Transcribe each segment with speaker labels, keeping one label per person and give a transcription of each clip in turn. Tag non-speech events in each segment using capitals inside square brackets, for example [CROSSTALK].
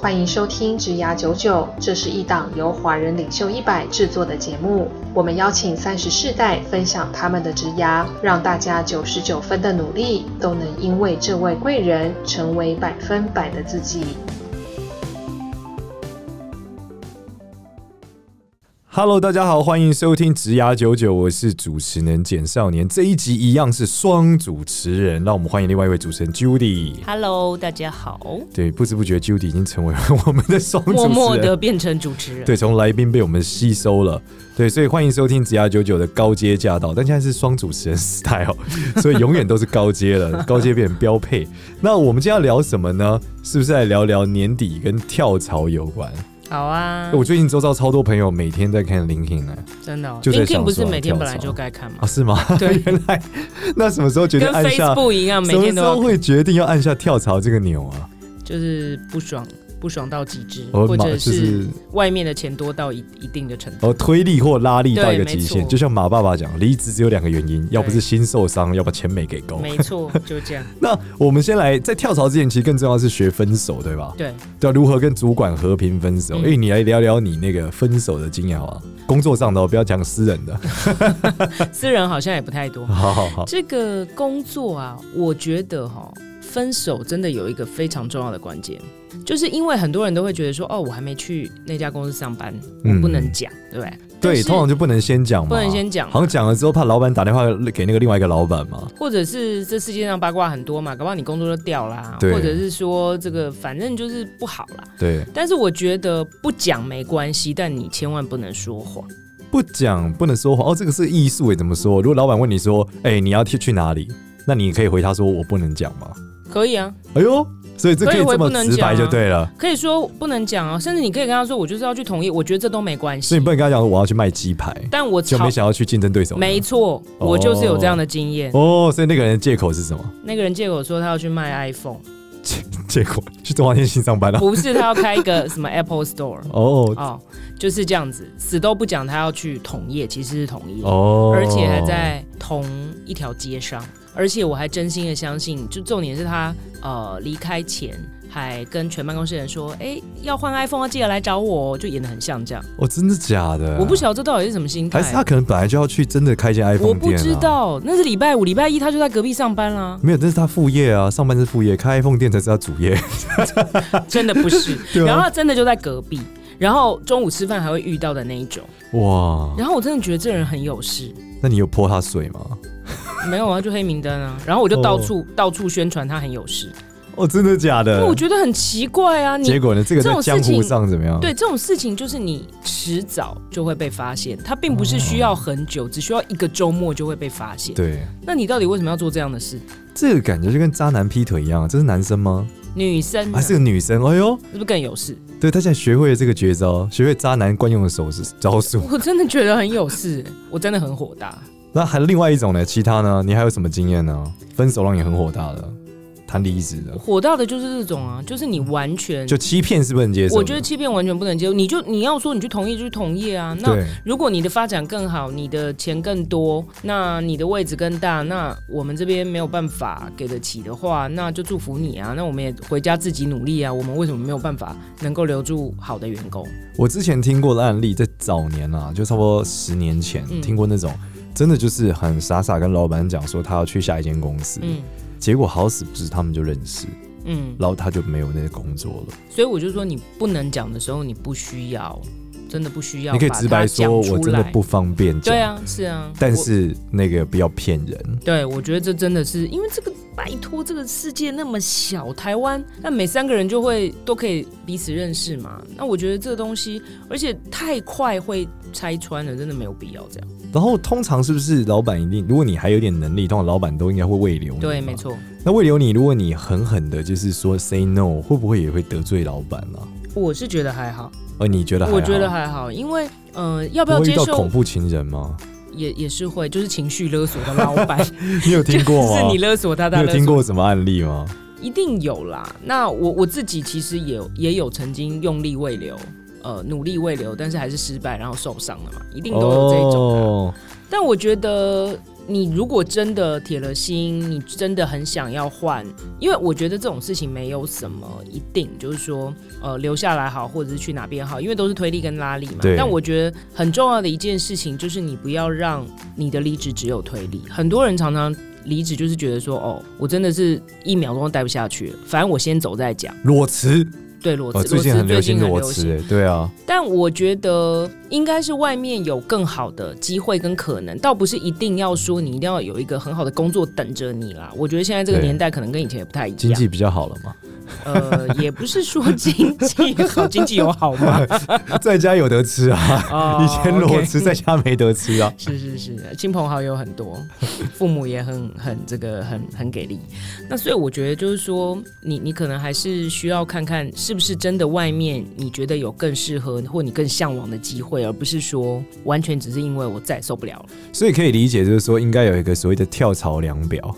Speaker 1: 欢迎收听《职涯九九》，这是一档由华人领袖一百制作的节目。我们邀请三十世代分享他们的职涯，让大家九十九分的努力都能因为这位贵人成为百分百的自己。
Speaker 2: Hello，大家好，欢迎收听《职涯九九》，我是主持人简少年。这一集一样是双主持人，让我们欢迎另外一位主持人 Judy。
Speaker 3: Hello，大家好。
Speaker 2: 对，不知不觉 Judy 已经成为我们的双主持
Speaker 3: 默
Speaker 2: 人，
Speaker 3: [LAUGHS] 默的变成主持人，
Speaker 2: 对，从来宾被我们吸收了。对，所以欢迎收听《职涯九九》的高阶驾到，但现在是双主持人 style，所以永远都是高阶
Speaker 3: [LAUGHS]
Speaker 2: 了，高阶变成标配。那我们今天要聊什么呢？是不是来聊聊年底跟跳槽有关？
Speaker 3: 好啊，
Speaker 2: 我最近周遭超多朋友每天在看啊 LinkedIn 呢、
Speaker 3: 真的、哦。
Speaker 2: 就在
Speaker 3: LinkedIn
Speaker 2: 想
Speaker 3: 不是
Speaker 2: 说啊
Speaker 3: 每天
Speaker 2: 跳
Speaker 3: 本来
Speaker 2: 槽
Speaker 3: 就该看吗
Speaker 2: 啊，？是吗？
Speaker 3: 对
Speaker 2: [LAUGHS] 原来那什么时候决定
Speaker 3: 跟
Speaker 2: 啊按下？
Speaker 3: Facebook 一样，每
Speaker 2: 什么
Speaker 3: 天
Speaker 2: 时
Speaker 3: 都
Speaker 2: 候
Speaker 3: 要
Speaker 2: 会决定要按下跳槽这个钮啊？
Speaker 3: 就是不爽，不爽到极致，
Speaker 2: 我
Speaker 3: 或
Speaker 2: 哦马
Speaker 3: 者
Speaker 2: 就是
Speaker 3: 外面的钱多到一一定的程度。
Speaker 2: 哦，推力或拉力到一个
Speaker 3: 对
Speaker 2: 极
Speaker 3: 没
Speaker 2: 限，
Speaker 3: 错
Speaker 2: 就像马爸爸讲，离职只有两个原因，要不是心受伤，要不钱没给够。
Speaker 3: 没
Speaker 2: [LAUGHS]
Speaker 3: 错，就这样。
Speaker 2: 那我们先来，在跳槽之前，其实更重要的是学分手，对吧？
Speaker 3: 对，
Speaker 2: 对啊，如何跟主管和平分手？哎、
Speaker 3: 嗯
Speaker 2: 你来聊聊你那个分手的经验好啊，工作上的哦，不要讲私人
Speaker 3: [LAUGHS]
Speaker 2: 的。
Speaker 3: 私人好像也不太多。
Speaker 2: 好好好，
Speaker 3: 这个工作啊，我觉得哈、分手真的有一个非常重要的关键，就是因为很多人都会觉得说，哦，我还没去那家公司上班，我不能
Speaker 2: 嗯
Speaker 3: 讲，对不对？但
Speaker 2: 对，
Speaker 3: 是
Speaker 2: 通常就不能先讲嘛，
Speaker 3: 不能先讲嘛，
Speaker 2: 好像讲了之后，怕老板打电话给那个另外一个老板嘛。
Speaker 3: 或者是这世界上八卦很多嘛，搞不好你工作就掉啦，
Speaker 2: 对
Speaker 3: 或者是说这个反正就是不好啦。
Speaker 2: 对，
Speaker 3: 但是我觉得不讲没关系，但你千万不能说谎。
Speaker 2: 不讲不能说谎哦，这个是艺术诶，怎么说？如果老板问你说，哎、你要去去哪里？那你可以回他说，我不能讲吗？
Speaker 3: 可以啊，
Speaker 2: 哎呦，所以这可以
Speaker 3: 所以我
Speaker 2: 这
Speaker 3: 也
Speaker 2: 么
Speaker 3: 不能
Speaker 2: 直白
Speaker 3: 讲啊
Speaker 2: 就对了。
Speaker 3: 可以说不能讲啊，甚至你可以跟他说，我就是要去同意，我觉得这都没关
Speaker 2: 所以
Speaker 3: 系
Speaker 2: 你不。能跟他讲我要去卖鸡排，
Speaker 3: 但我
Speaker 2: 就
Speaker 3: 超
Speaker 2: 没想要去竞争对手呢。
Speaker 3: 没错，
Speaker 2: 哦
Speaker 3: 我就是有这样的经验。
Speaker 2: 哦，所以那个人的借口是什么？ [LAUGHS]
Speaker 3: 那个人借口说他要去卖 iPhone，
Speaker 2: 借口去中华电信上班了、
Speaker 3: 不是他要开一个什么 Apple Store
Speaker 2: [LAUGHS] 哦
Speaker 3: 哦，就是这样子，死都不讲他要去同业，其实是同业。
Speaker 2: 哦，
Speaker 3: 而且还在同一条街上，而且我还真心的相信，就重点是他呃离开前还跟全办公室人说，哎、要换 iPhone 要记得来找我哦，就演的很像这样。
Speaker 2: 哦，真的假的？
Speaker 3: 我不晓得这到底是什么心态
Speaker 2: 还，是他可能本来就要去真的开一间 iPhone
Speaker 3: 我
Speaker 2: 店、啊，，
Speaker 3: 不知。道，那是礼拜五，礼拜一他就在隔壁上班啦
Speaker 2: 没有，这是他副业啊，上班是副业，开 iPhone 店才是他主业。
Speaker 3: [LAUGHS] 真的不是，
Speaker 2: 对啊
Speaker 3: [LAUGHS] 然后他真的就在隔壁。然后中午吃饭还会遇到的那一种，
Speaker 2: 哇，
Speaker 3: 然后我真的觉得这人很有事，
Speaker 2: 那你有泼他水吗？
Speaker 3: 没有啊，就黑名单啊，然后我就到
Speaker 2: 哦
Speaker 3: 处、到处宣传他很有事，
Speaker 2: 哦，真的假
Speaker 3: 因为
Speaker 2: 的
Speaker 3: 我？觉得很奇怪啊，你
Speaker 2: 结果呢？这个在
Speaker 3: 这种
Speaker 2: 江
Speaker 3: 事
Speaker 2: 湖
Speaker 3: 情
Speaker 2: 上怎么样？
Speaker 3: 对，这种事情，就是你迟早就会被发现，它并不是需要很久，只需要一个周末就会被发现。
Speaker 2: 对，
Speaker 3: 那你到底为什么要做这样的事？
Speaker 2: 这个感觉就跟渣男劈腿一样。啊这是男生吗？
Speaker 3: 女生呢
Speaker 2: 还是个女生？哎呦，
Speaker 3: 是不是更有事？ [LAUGHS]
Speaker 2: 对他现在学会了这个绝招，学会渣男惯用的手势招数。
Speaker 3: 我真的觉得很有事，欸我真的很火大。
Speaker 2: 那还有另外一种呢？其他呢？你还有什么经验呢？分手让你很火大的，谈离职的，
Speaker 3: 火大的就是这种啊，就是你完全，
Speaker 2: 就欺骗是不能接受的。
Speaker 3: 我觉得欺骗完全不能接受。你就你要说你去同意就去同意啊，那。
Speaker 2: 对，
Speaker 3: 如果你的发展更好，你的钱更多，那你的位置更大，那我们这边没有办法给得起的话，那就祝福你啊。那我们也回家自己努力啊。我们为什么没有办法能够留住好的员工？
Speaker 2: 我之前听过的案例，在早年啊，就差不多十年前、
Speaker 3: 嗯
Speaker 2: 听过那种，真的就是很傻傻跟老板讲说他要去下一间公司，
Speaker 3: 嗯
Speaker 2: 结果好死不死他们就认识，
Speaker 3: 嗯，
Speaker 2: 然后他就没有那个工作了。
Speaker 3: 所以我就说，你不能讲的时候，你不需要，真的不需要
Speaker 2: 你
Speaker 3: 把
Speaker 2: 可
Speaker 3: 它
Speaker 2: 以直白
Speaker 3: 讲出来，
Speaker 2: 说，我真的不方便讲。
Speaker 3: 对，啊，是啊，
Speaker 2: 但
Speaker 3: 我。
Speaker 2: 是那个不要骗人。
Speaker 3: 对，我觉得这真的是因为这个，拜托，这个世界那么小，台湾那每三个人就会都可以彼此认识嘛。那我觉得这个东西，而且太快会拆穿了，真的没有必要这样。
Speaker 2: 然后通常是不是老板一定，如果你还有点能力，通常老板都应该会慰留你。
Speaker 3: 对，没。错，
Speaker 2: 那慰留你，如果你狠狠的，就是说 say no，会不会也会得罪老板啊？
Speaker 3: 我是觉得还好，
Speaker 2: 而你觉得还好？
Speaker 3: 我觉得还好，因为呃，要不
Speaker 2: 不
Speaker 3: 要
Speaker 2: 会遇
Speaker 3: 接
Speaker 2: 到
Speaker 3: 受
Speaker 2: 恐怖情人吗？ [LAUGHS]
Speaker 3: 也也是会，就是情绪勒索的老板，
Speaker 2: 你有听过
Speaker 3: [LAUGHS] 就是
Speaker 2: 吗？
Speaker 3: 你勒索他，
Speaker 2: 你
Speaker 3: 他
Speaker 2: 有
Speaker 3: 勒
Speaker 2: 听
Speaker 3: 索
Speaker 2: 过什么案例吗？
Speaker 3: 一定有啦。那我我自己其实也有也有曾经用力未留，呃，努力未留，但是还是失败，然后受伤了嘛，一定都有这种、啊。
Speaker 2: 哦，
Speaker 3: 但我觉得你如果真的铁了心，你真的很想要换，因为我觉得这种事情没有什么一定，就是说呃留下来好，或者是去哪边好，因为都是推力跟拉力嘛
Speaker 2: 对。
Speaker 3: 但我觉得很重要的一件事情就是你不要让你的离职只有推力，很多人常常。离职就是觉得说，哦，我真的是一秒钟都待不下去了，反正我先走再讲。
Speaker 2: 裸辞
Speaker 3: 对，裸辞、
Speaker 2: 哦，最近
Speaker 3: 裸
Speaker 2: 很
Speaker 3: 辞
Speaker 2: 流
Speaker 3: 最
Speaker 2: 行
Speaker 3: 近很
Speaker 2: 裸
Speaker 3: 流行
Speaker 2: 辞，。哎对啊，
Speaker 3: 但我觉得应该是外面有更好的机会跟可能，倒不是一定要说你一定要有一个很好的工作等着你啦。我觉得现在这个
Speaker 2: 对
Speaker 3: 年代可能跟以前也不太一
Speaker 2: 经
Speaker 3: 样，
Speaker 2: 济比较好了
Speaker 3: [LAUGHS]
Speaker 2: 嘛，
Speaker 3: 呃，也不是说经济好，经济有好吗？
Speaker 2: 在家有得吃啊，
Speaker 3: 哦
Speaker 2: [LAUGHS] 以前裸辞
Speaker 3: OK
Speaker 2: 在家没得吃啊，
Speaker 3: 是是是，亲朋好友很
Speaker 2: [LAUGHS]
Speaker 3: 多，父母也很很这个很很给力。那所以我觉得就是说，你你可能还是需要看看是不是真的外面你觉得有更适合或你更向往的机会，而不是说完全只是因为我再也受不了了。
Speaker 2: 所以可以理解，就是说应该有一个所谓的跳槽量表，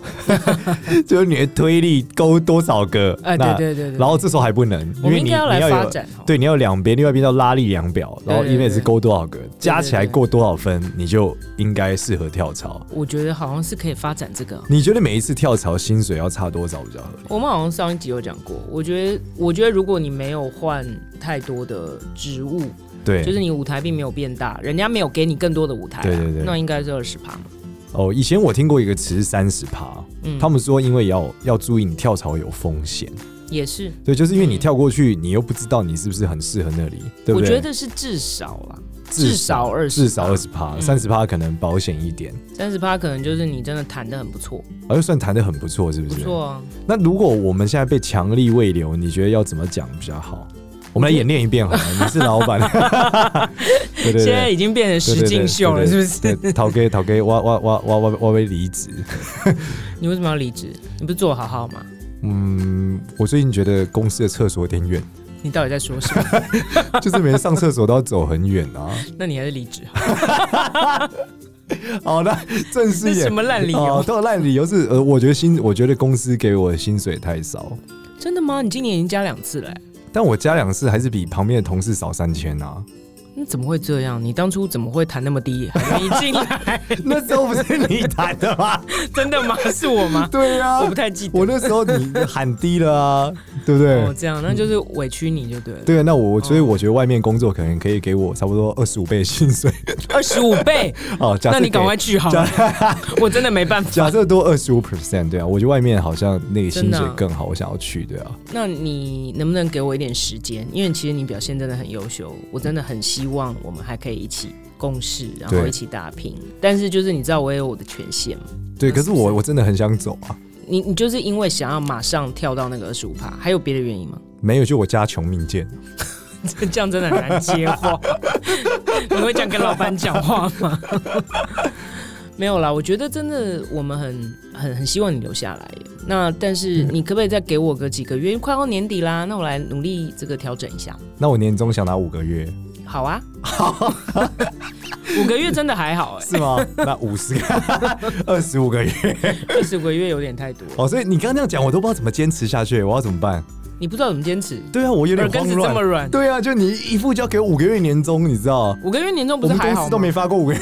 Speaker 2: [LAUGHS] 就是你的推力够多少个，
Speaker 3: 哎、
Speaker 2: 那
Speaker 3: 对对对对，
Speaker 2: 然后这时候还不能，
Speaker 3: 我
Speaker 2: 因
Speaker 3: 们
Speaker 2: 为
Speaker 3: 应
Speaker 2: 你
Speaker 3: 该要
Speaker 2: 你
Speaker 3: 来
Speaker 2: 要
Speaker 3: 发
Speaker 2: 有
Speaker 3: 展哦。
Speaker 2: 对，你要两边，另外一边叫拉力量表，然后
Speaker 3: 对对
Speaker 2: 一边是勾多少个，加起来
Speaker 3: 对对
Speaker 2: 够多少分，你就应该适合跳槽。
Speaker 3: 我觉得好像是可以发展这个。
Speaker 2: 你觉得每一次跳槽薪水要差多少比较合理？
Speaker 3: 我们好像上一集有讲过，我觉得，我觉得如果你没有换太多的职务，
Speaker 2: 对，
Speaker 3: 就是你舞台并没有变大，人家没有给你更多的舞台、啊，
Speaker 2: 对对对
Speaker 3: 那应该是二十趴嘛。
Speaker 2: 哦，以前我听过一个词是三十趴，
Speaker 3: 嗯，
Speaker 2: 他们说因为要要注意你跳槽有风险，
Speaker 3: 也是，
Speaker 2: 对，就是因为你
Speaker 3: 嗯
Speaker 2: 跳过去，你又不知道你是不是很适合那里，对不
Speaker 3: 我
Speaker 2: 对？
Speaker 3: 觉得是至少啦，至少二十，
Speaker 2: 至少二，十趴，
Speaker 3: 嗯
Speaker 2: 三十趴可能保险一点，
Speaker 3: 三十趴可能就是你真的弹的很不错，
Speaker 2: 而、就算谈的很不错，是不
Speaker 3: 不
Speaker 2: 是？
Speaker 3: 错啊。
Speaker 2: 那如果我们现在被强力喂流，你觉得要怎么讲比较好？我们来演练一遍好了。你是老板， [LAUGHS] 对对
Speaker 3: 现在
Speaker 2: 对，
Speaker 3: 已经变成实境秀了，
Speaker 2: 对
Speaker 3: 是
Speaker 2: 对对
Speaker 3: 不是？ [LAUGHS]
Speaker 2: 对陶哥，陶哥，我我我我我我被离职。
Speaker 3: 你为什么要离职？你不是做得好好吗？
Speaker 2: 嗯，我最近觉得公司的厕所有点远，
Speaker 3: 你到底在说什
Speaker 2: [LAUGHS]
Speaker 3: 么？
Speaker 2: 就是每次上厕所都要走很远啊。
Speaker 3: 那你还是离职啊
Speaker 2: [LAUGHS]
Speaker 3: 好了？
Speaker 2: 好，那正式
Speaker 3: 这是
Speaker 2: 演
Speaker 3: 什么烂理由？
Speaker 2: 哦，都烂理由是呃，我觉得薪，我觉得公司给我的薪水太少，
Speaker 3: 真的吗？你今年已经加两次了欸、
Speaker 2: 但我加两次还是比旁边的同事少三千 [LAUGHS] 啊。
Speaker 3: 那怎么会这样？你当初怎么会弹那么低？你
Speaker 2: [LAUGHS]
Speaker 3: 进来，
Speaker 2: 那时候不是你谈的吗？
Speaker 3: 真的吗？是我
Speaker 2: [LAUGHS]
Speaker 3: 吗？
Speaker 2: 对啊，
Speaker 3: 我不太记得。
Speaker 2: 我那时候你喊低了啊， [LAUGHS] 对不对？
Speaker 3: 哦，这样，那就是委屈你就对了。
Speaker 2: 对，那我所以我觉得外面工作可能可以给我差不多二十五倍的薪 [LAUGHS] 水
Speaker 3: 二十五倍，
Speaker 2: 哦。假设
Speaker 3: 那你
Speaker 2: 给
Speaker 3: 赶快去好了， [LAUGHS] 我真的没办
Speaker 2: 假
Speaker 3: 法。
Speaker 2: 设多二十五 percent，对啊，我觉得外面好像那个薪
Speaker 3: 真的
Speaker 2: 水
Speaker 3: 啊
Speaker 2: 更好，我想要去，对啊。
Speaker 3: 那你能不能给我一点时间？因为其实你表现真的很优秀，我真的很希望我们还可以一起共事，然后
Speaker 2: 对
Speaker 3: 一起打拼。但是就是你知道，我也有我的权限嘛。
Speaker 2: 对，
Speaker 3: 那
Speaker 2: 可是
Speaker 3: 是不
Speaker 2: 我
Speaker 3: 是
Speaker 2: 我真的很啊想走啊，
Speaker 3: 你你就是因为想要马上跳到那个二十五趴，还有别的原因吗？
Speaker 2: 没有就我家穷命贱，
Speaker 3: 这样真的很难
Speaker 2: [LAUGHS]
Speaker 3: 接话。你会这样跟老板讲话吗？ [LAUGHS] 没有啦，我觉得真的我们很很很希望你留下来耶。那但是你可不可以再给我个几个月？因为快到年底啦，那我来努力这个调整一下。
Speaker 2: 那我年终想拿五个月，[LAUGHS]
Speaker 3: 好啊，五个月真的还好哎、
Speaker 2: 是 [LAUGHS] 吗？那五十个，二十五个月
Speaker 3: 二十个月有点太多了。
Speaker 2: 哦。所以你刚刚那样讲，我都不知道怎么坚持下去，我要怎么办？
Speaker 3: 你不知道怎么坚持，
Speaker 2: 对啊，我有点
Speaker 3: 耳根
Speaker 2: 慌
Speaker 3: 子这么
Speaker 2: 乱。
Speaker 3: 软，
Speaker 2: 对啊，就你一副就要给我五个月年终，你知道？
Speaker 3: 五个月年终不
Speaker 2: 我
Speaker 3: 是
Speaker 2: 们
Speaker 3: 还
Speaker 2: 公
Speaker 3: 好
Speaker 2: 司都
Speaker 3: 吗
Speaker 2: 没？发过五个月，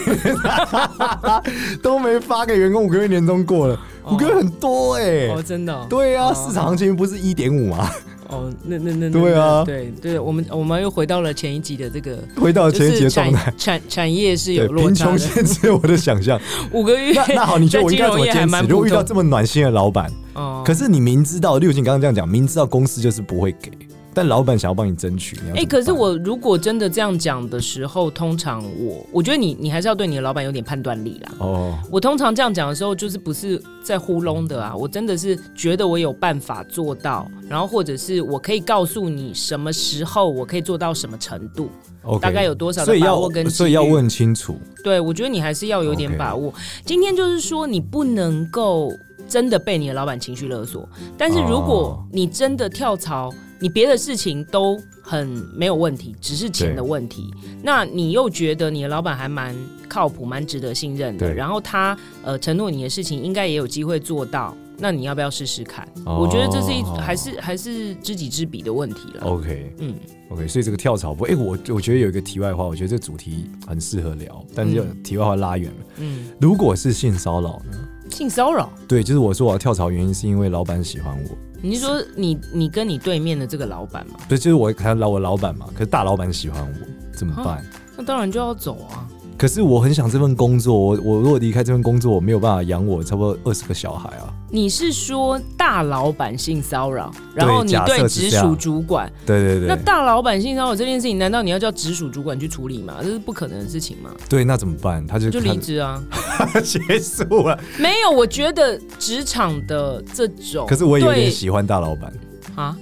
Speaker 2: [LAUGHS] 都没发给员工五个月年终过了，
Speaker 3: 哦
Speaker 2: 五个月很多哎、
Speaker 3: 哦，真的、哦。
Speaker 2: 对啊，
Speaker 3: 哦
Speaker 2: 市场行情不是一点五啊吗？
Speaker 3: 哦，那那那那
Speaker 2: 对啊
Speaker 3: 那对对，我们我们又回到了前一集的这个，
Speaker 2: [LAUGHS] 回到
Speaker 3: 就
Speaker 2: 前一集
Speaker 3: 是
Speaker 2: 的哦状
Speaker 3: 产
Speaker 2: 态，
Speaker 3: 产产业是有
Speaker 2: 对，
Speaker 3: 落
Speaker 2: 贫
Speaker 3: 差
Speaker 2: 穷
Speaker 3: 的。
Speaker 2: 限制我的想象。
Speaker 3: 五个月，
Speaker 2: 那那好，你觉得我应该怎么
Speaker 3: [LAUGHS] 在金融业还
Speaker 2: 坚持？
Speaker 3: 蛮
Speaker 2: 如果遇到
Speaker 3: 普通
Speaker 2: 这么暖心的老板，
Speaker 3: 哦
Speaker 2: 可是你明知道，例如你刚刚这样讲，明知道公司就是不会给，但老板想要帮你争取，你要
Speaker 3: 哎、
Speaker 2: 怎么
Speaker 3: 可是
Speaker 2: 办
Speaker 3: 我如果真的这样讲的时候，通常我我觉得你你还是要对你的老板有点判断力啦。
Speaker 2: 哦，
Speaker 3: 我通常这样讲的时候，就是不是在糊弄的啊，我真的是觉得我有办法做到，然后或者是我可以告诉你什么时候我可以做到什么程度
Speaker 2: OK，
Speaker 3: 大概有多少
Speaker 2: 所
Speaker 3: 的
Speaker 2: 以
Speaker 3: 把握
Speaker 2: 要
Speaker 3: 跟几率
Speaker 2: 所以要问清楚，
Speaker 3: 对，我觉得你还是要有点
Speaker 2: OK
Speaker 3: 把握。今天就是说，你不能够真的被你的老板情绪勒索，但是如果
Speaker 2: 哦
Speaker 3: 你真的跳槽，你别的事情都很没有问题，只是钱
Speaker 2: 对
Speaker 3: 的问题，那你又觉得你的老板还蛮靠谱、蛮值得信任的，
Speaker 2: 对
Speaker 3: 然后他呃承诺你的事情应该也有机会做到。那你要不要试试看？
Speaker 2: 哦
Speaker 3: 我觉得这是一还是还是知己知彼的问题了。
Speaker 2: OK，
Speaker 3: 嗯
Speaker 2: ，OK，所以这个跳槽不，哎、我我觉得有一个题外话，我觉得这主题很适合聊，但是就
Speaker 3: 嗯
Speaker 2: 题外话拉远了。
Speaker 3: 嗯，
Speaker 2: 如果是性骚扰呢？
Speaker 3: 性骚扰，
Speaker 2: 对，就是我说我要跳槽，原因是因为老板喜欢我，
Speaker 3: 你是说你你跟你对面的这个老板嘛？
Speaker 2: 不是就是我还老我老板嘛，可是大老板喜欢我，怎么
Speaker 3: 啊
Speaker 2: 办？
Speaker 3: 那当然就要走啊。
Speaker 2: 可是我很想这份工作，我我如果离开这份工作，我没有办法养我差不多二十个小孩啊。
Speaker 3: 你是说大老板性骚扰，然后你
Speaker 2: 假设
Speaker 3: 对
Speaker 2: 是
Speaker 3: 直
Speaker 2: 这样
Speaker 3: 属主管？
Speaker 2: 对对
Speaker 3: 那
Speaker 2: 对，
Speaker 3: 大老板性骚扰这件事情，难道你要叫直属主管去处理吗？这是不可能的事情吗？
Speaker 2: 对，那怎么办？他就
Speaker 3: 就离职
Speaker 2: [LAUGHS]
Speaker 3: 啊！
Speaker 2: 他结束了。
Speaker 3: 没有，我觉得职场的这种，
Speaker 2: 可是我也有点
Speaker 3: 对
Speaker 2: 喜欢大老板，。
Speaker 3: 啊，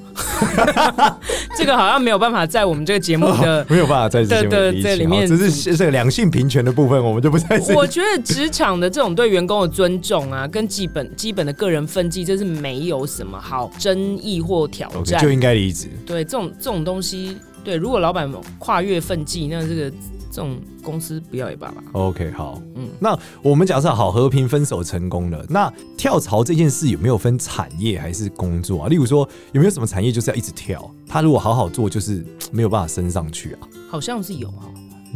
Speaker 3: [LAUGHS] 这个好像没有办法在我们这个节目
Speaker 2: [LAUGHS]
Speaker 3: 的
Speaker 2: 没有办法在这
Speaker 3: 对
Speaker 2: 节目
Speaker 3: 对
Speaker 2: 理
Speaker 3: 这里
Speaker 2: 解好
Speaker 3: 面
Speaker 2: 这是这个两性平权的部分，我们就不在这里
Speaker 3: 我觉得职场的这种对员工的尊重啊，跟基本基本的个人分际，这是没有什么好争议或挑
Speaker 2: OK，
Speaker 3: 战。
Speaker 2: 就应该离职。
Speaker 3: 对这种这种东西，对，如果老板跨越分际，那这个这种公司不要也罢吧。
Speaker 2: OK，好，嗯
Speaker 3: 嗯，
Speaker 2: 那我们假设好和平分手成功了，那跳槽这件事有没有分产业还是工作啊？例如说，有没有什么产业就是要一直跳？他如果好好做，就是嘖没有办法升上去啊。
Speaker 3: 好像是有哈、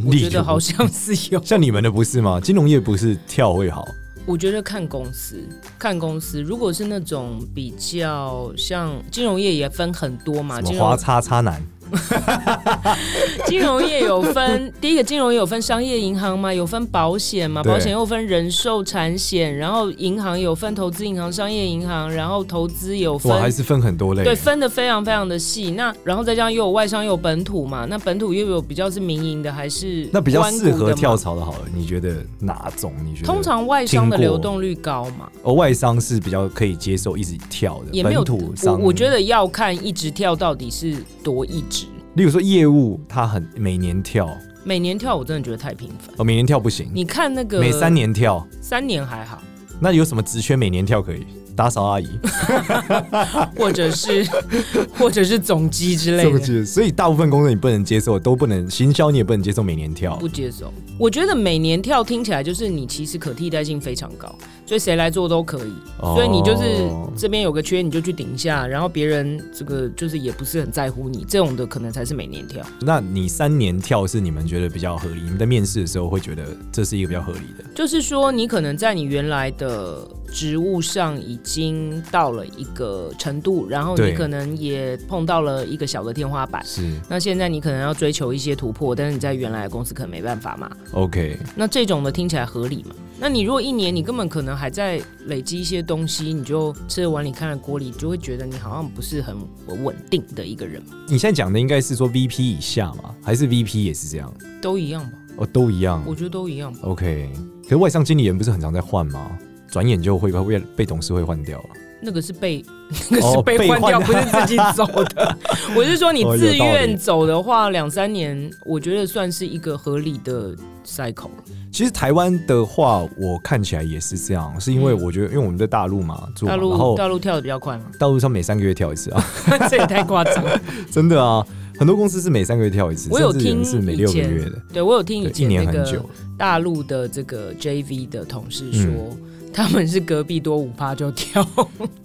Speaker 3: 我
Speaker 2: 例
Speaker 3: 觉
Speaker 2: 如
Speaker 3: 得，好像是有。 [LAUGHS]
Speaker 2: 像你们的不是吗？金融业不是跳会好？
Speaker 3: 我觉得看公司，看公司。如果是那种比较像金融业也分很多嘛，
Speaker 2: 什
Speaker 3: 金
Speaker 2: 么华
Speaker 3: 融
Speaker 2: 叉叉男？
Speaker 3: 金融业有分， [LAUGHS] 第一个金融业有分商业银行嘛，有分保险嘛，
Speaker 2: 对
Speaker 3: 保险又分人寿、产险，然后银行有分投资银行、商业银行，然后投资有分
Speaker 2: 哇，还是分很多类。
Speaker 3: 对，分的非常非常的细。那然后再加上又有外商，又有本土嘛。那本土又有比较是民营的，还是
Speaker 2: 那比较
Speaker 3: 官股
Speaker 2: 适合
Speaker 3: 的嘛
Speaker 2: 跳。槽的，好了，你觉得哪种？你觉得
Speaker 3: 通常外商的
Speaker 2: 听过
Speaker 3: 流动率高嘛，
Speaker 2: 哦，外商是比较可以接受一直跳的，
Speaker 3: 也没有
Speaker 2: 本土
Speaker 3: 我
Speaker 2: 商。
Speaker 3: 我觉，得要看一直跳到底是多一直。
Speaker 2: 例如说业务，他很每年跳，
Speaker 3: 每年跳我真的觉得太频繁。
Speaker 2: 哦，每年跳不行，
Speaker 3: 你看那个
Speaker 2: 每三年跳。
Speaker 3: 三年还好，
Speaker 2: 那有什么职缺每年跳可以？打扫阿姨，
Speaker 3: 或
Speaker 2: [LAUGHS]
Speaker 3: 者是或者是总机之类的。
Speaker 2: 是？所以大部分工作你不能接受，都不能行销，你也不能接受每年跳
Speaker 3: 不。接受，我觉得每年跳听起来就是你其实可替代性非常高，所以谁来做都可以。
Speaker 2: 哦
Speaker 3: 所以你就是这边有个缺，你就去顶一下，然后别人这个就是也不是很在乎你，这种的可能才是每年跳。
Speaker 2: 那你三年跳是你们觉得比较合理？你们在面试的时候会觉得这是一个比较合理的？
Speaker 3: 就是说，你可能在你原来的职务上已经到了一个程度，然后
Speaker 2: 对
Speaker 3: 你可能也碰到了一个小的天花板。
Speaker 2: 是
Speaker 3: 那现在你可能要追求一些突破，但是你在原来的公司可能没办法嘛。
Speaker 2: OK，
Speaker 3: 那这种的听起来合理嘛？那你如果一年你根本可能还在累积一些东西，你就吃着碗里看着锅里，你就会觉得你好像不是很稳定的一个人，
Speaker 2: 你现在讲的应该是说 VP 以下嘛，还是 VP 也是这样？
Speaker 3: 都一样吧？
Speaker 2: 哦，都一样
Speaker 3: 我。觉得都一样吧。
Speaker 2: OK，可是外商经理人不是很常在换吗？转眼就会被被董事会换掉了。
Speaker 3: 那个是被那个是被
Speaker 2: 哦被
Speaker 3: 换掉，
Speaker 2: 换
Speaker 3: 不是自己走
Speaker 2: [LAUGHS]
Speaker 3: 的。我是说你
Speaker 2: 哦有道
Speaker 3: 自
Speaker 2: 理
Speaker 3: 愿走的话，两三年，我觉得算是一个合理的 cycle 了。
Speaker 2: 其实台湾的话，我看起来也是这样，是因为我觉得，因为我们在大陆嘛做嘛，
Speaker 3: 嗯大
Speaker 2: 然后
Speaker 3: 陆大陆跳的比较快嘛， [LAUGHS]
Speaker 2: 大陆上每三个月跳一次啊， [LAUGHS]
Speaker 3: 这也太夸张。了。
Speaker 2: 真的啊，很多公司是每三个月跳一次，
Speaker 3: 我有
Speaker 2: 甚至人
Speaker 3: 听
Speaker 2: 是每
Speaker 3: 以
Speaker 2: 六个
Speaker 3: 前
Speaker 2: 月的，
Speaker 3: 对我有听以
Speaker 2: 对，一
Speaker 3: 前
Speaker 2: 年
Speaker 3: 那
Speaker 2: 很
Speaker 3: 个
Speaker 2: 久。
Speaker 3: 大陆的这个 JV 的同事说，
Speaker 2: 嗯
Speaker 3: 他们是隔壁多五趴就
Speaker 2: [LAUGHS]
Speaker 3: 跳，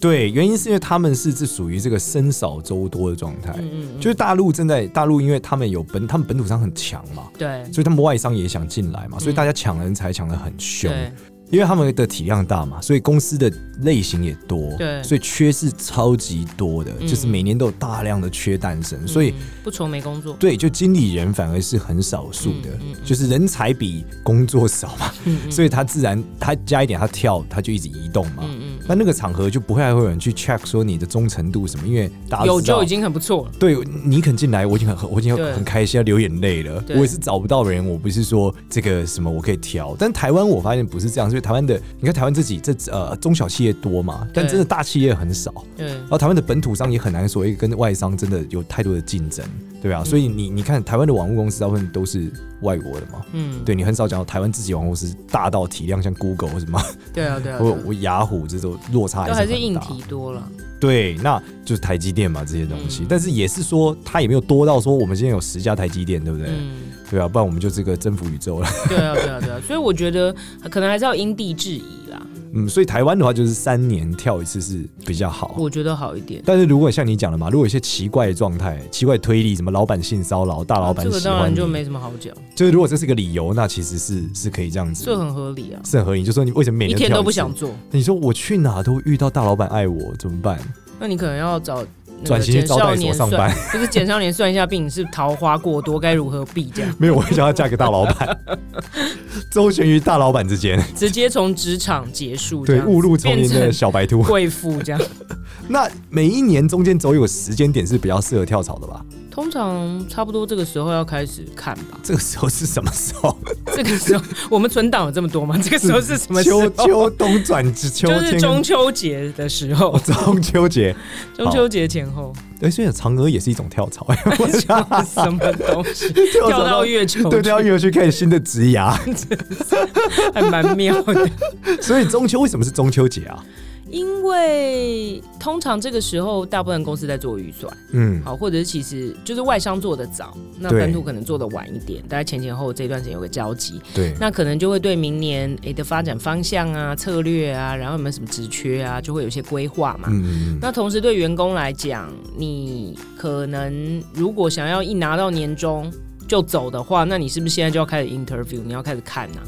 Speaker 2: 对，原因是因为他们是是属于这个僧少粥多的状态，
Speaker 3: 嗯嗯，
Speaker 2: 哎就是大陆正在大陆，因为他们有本他们本土商很强嘛，
Speaker 3: 对
Speaker 2: 所以他们外商也想进来嘛，所以
Speaker 3: 嗯
Speaker 2: 大家抢人才抢得很凶，
Speaker 3: 对，
Speaker 2: 因为他们的体量大嘛，所以公司的类型也多，
Speaker 3: 对
Speaker 2: 所以缺是超级多的，
Speaker 3: 嗯
Speaker 2: 就是每年都有大量的缺诞生，所以
Speaker 3: 嗯不愁没工
Speaker 2: [LAUGHS]
Speaker 3: 作。
Speaker 2: 对，就经理人反而是很少数的，
Speaker 3: 嗯嗯嗯
Speaker 2: 就是人才比工作少嘛，
Speaker 3: 嗯
Speaker 2: 所以他自然他加一点他跳，他就一直移动嘛。
Speaker 3: 嗯
Speaker 2: 那那个场合就不会还会有人去 check 说你的忠诚度什么，因为大家
Speaker 3: 有
Speaker 2: 都知道
Speaker 3: 就已经很不错了。
Speaker 2: 对你肯进来，我已经很我已经
Speaker 3: 对
Speaker 2: 很开心，要流眼泪了。我
Speaker 3: 对
Speaker 2: 也是找不到人，我不是说这个什么我可以挑，但台湾我发现不是这样，所以台湾的你看台湾自己这呃中小企业多嘛，但
Speaker 3: 对
Speaker 2: 真的大企业很少。
Speaker 3: 对
Speaker 2: 然后台湾的本土商也很难所谓跟外商真的有太多的竞争，对
Speaker 3: 嗯
Speaker 2: 啊，所以你你看台湾的网络公司大部分都是外国的嘛，
Speaker 3: 嗯，
Speaker 2: 对你很少讲到台湾自己网络公司大到体量像 Google 或什么，
Speaker 3: 对啊，对啊，
Speaker 2: 或
Speaker 3: 对
Speaker 2: 我雅虎这种落差
Speaker 3: 啊都还
Speaker 2: 还是
Speaker 3: 是
Speaker 2: 很
Speaker 3: 硬
Speaker 2: 大。
Speaker 3: 题多了。
Speaker 2: 对，那就是台积电嘛这些东西，
Speaker 3: 嗯
Speaker 2: 但是也是说它也没有多到说我们现在有十家台积电，对不对？
Speaker 3: 嗯，
Speaker 2: 对啊，不然我们就这个征服宇宙了。 [LAUGHS]
Speaker 3: 对啊，对啊，对啊。所以我觉得可能还是要因地制宜啦。
Speaker 2: 嗯，所以台湾的话就是三年跳一次是比较好。
Speaker 3: 我觉得好一点。
Speaker 2: 但是如果像你讲的嘛，如果有一些奇怪的状态、奇怪的推理，什么老板性骚扰、大老板
Speaker 3: 这个
Speaker 2: 喜
Speaker 3: 当
Speaker 2: 欢
Speaker 3: 然
Speaker 2: 你，嗯
Speaker 3: 就没什么好讲，
Speaker 2: 就是如果这是个理由，那其实是是可以这样子，
Speaker 3: 这很合理啊，
Speaker 2: 是很合理。就说你为什么每
Speaker 3: 一
Speaker 2: 年
Speaker 3: 天
Speaker 2: 跳
Speaker 3: 都不
Speaker 2: 次
Speaker 3: 想？做，
Speaker 2: 你说我去哪都遇到大老板爱我，怎么办？
Speaker 3: 那你可能要找那个
Speaker 2: 转型
Speaker 3: 简
Speaker 2: 招待
Speaker 3: 少
Speaker 2: 所
Speaker 3: 年
Speaker 2: 上
Speaker 3: 算，
Speaker 2: 班
Speaker 3: 就是简少年算一下病，是桃花过多该如何避这样，
Speaker 2: 没有，我想要嫁给大老板，
Speaker 3: [LAUGHS]
Speaker 2: [LAUGHS] 周旋于大老板之间，
Speaker 3: 直接从职场结束这
Speaker 2: 对，
Speaker 3: 样，
Speaker 2: 误入丛林
Speaker 3: 变
Speaker 2: 的
Speaker 3: 成
Speaker 2: 小白兔。
Speaker 3: 贵妇这样。
Speaker 2: [LAUGHS] 那每一年中间总有时间点是比较适合跳槽的吧？ [LAUGHS]
Speaker 3: 通常差不多这个时候要开始看吧。
Speaker 2: 这个时候是什么时候？
Speaker 3: 这个时候我们存档有这么多吗？这个时候是什么
Speaker 2: [LAUGHS]
Speaker 3: 时
Speaker 2: 秋
Speaker 3: 候？
Speaker 2: 秋冬转至秋
Speaker 3: [LAUGHS] 就
Speaker 2: 天
Speaker 3: 是
Speaker 2: 跟，
Speaker 3: 中秋节的时候
Speaker 2: 哦，中秋节。
Speaker 3: 中秋节前后，
Speaker 2: 哎，所以嫦娥也是一种跳槽，
Speaker 3: [LAUGHS]
Speaker 2: [LAUGHS]
Speaker 3: 什么东西
Speaker 2: 跳
Speaker 3: [LAUGHS] 跳
Speaker 2: 槽
Speaker 3: 到月球去，
Speaker 2: 对，跳到月球去看新的职
Speaker 3: [LAUGHS]
Speaker 2: 涯。
Speaker 3: 还蛮妙 [LAUGHS] 的。
Speaker 2: 所以中秋为什么是中秋节啊？
Speaker 3: 因为通常这个时候，大部分公司在做预算，
Speaker 2: 嗯，
Speaker 3: 好，或者是其实就是外商做的早，那
Speaker 2: 对
Speaker 3: 本土可能做的晚一点，大概前前后后这段时间有个交集，
Speaker 2: 对，
Speaker 3: 那可能就会对明年诶的发展方向啊、策略啊，然后有没有什么职缺啊，就会有一些规划嘛。
Speaker 2: 嗯，
Speaker 3: 那同时对员工来讲，你可能如果想要一拿到年终就走的话，那你是不是现在就要开始 interview？你要开始看呐、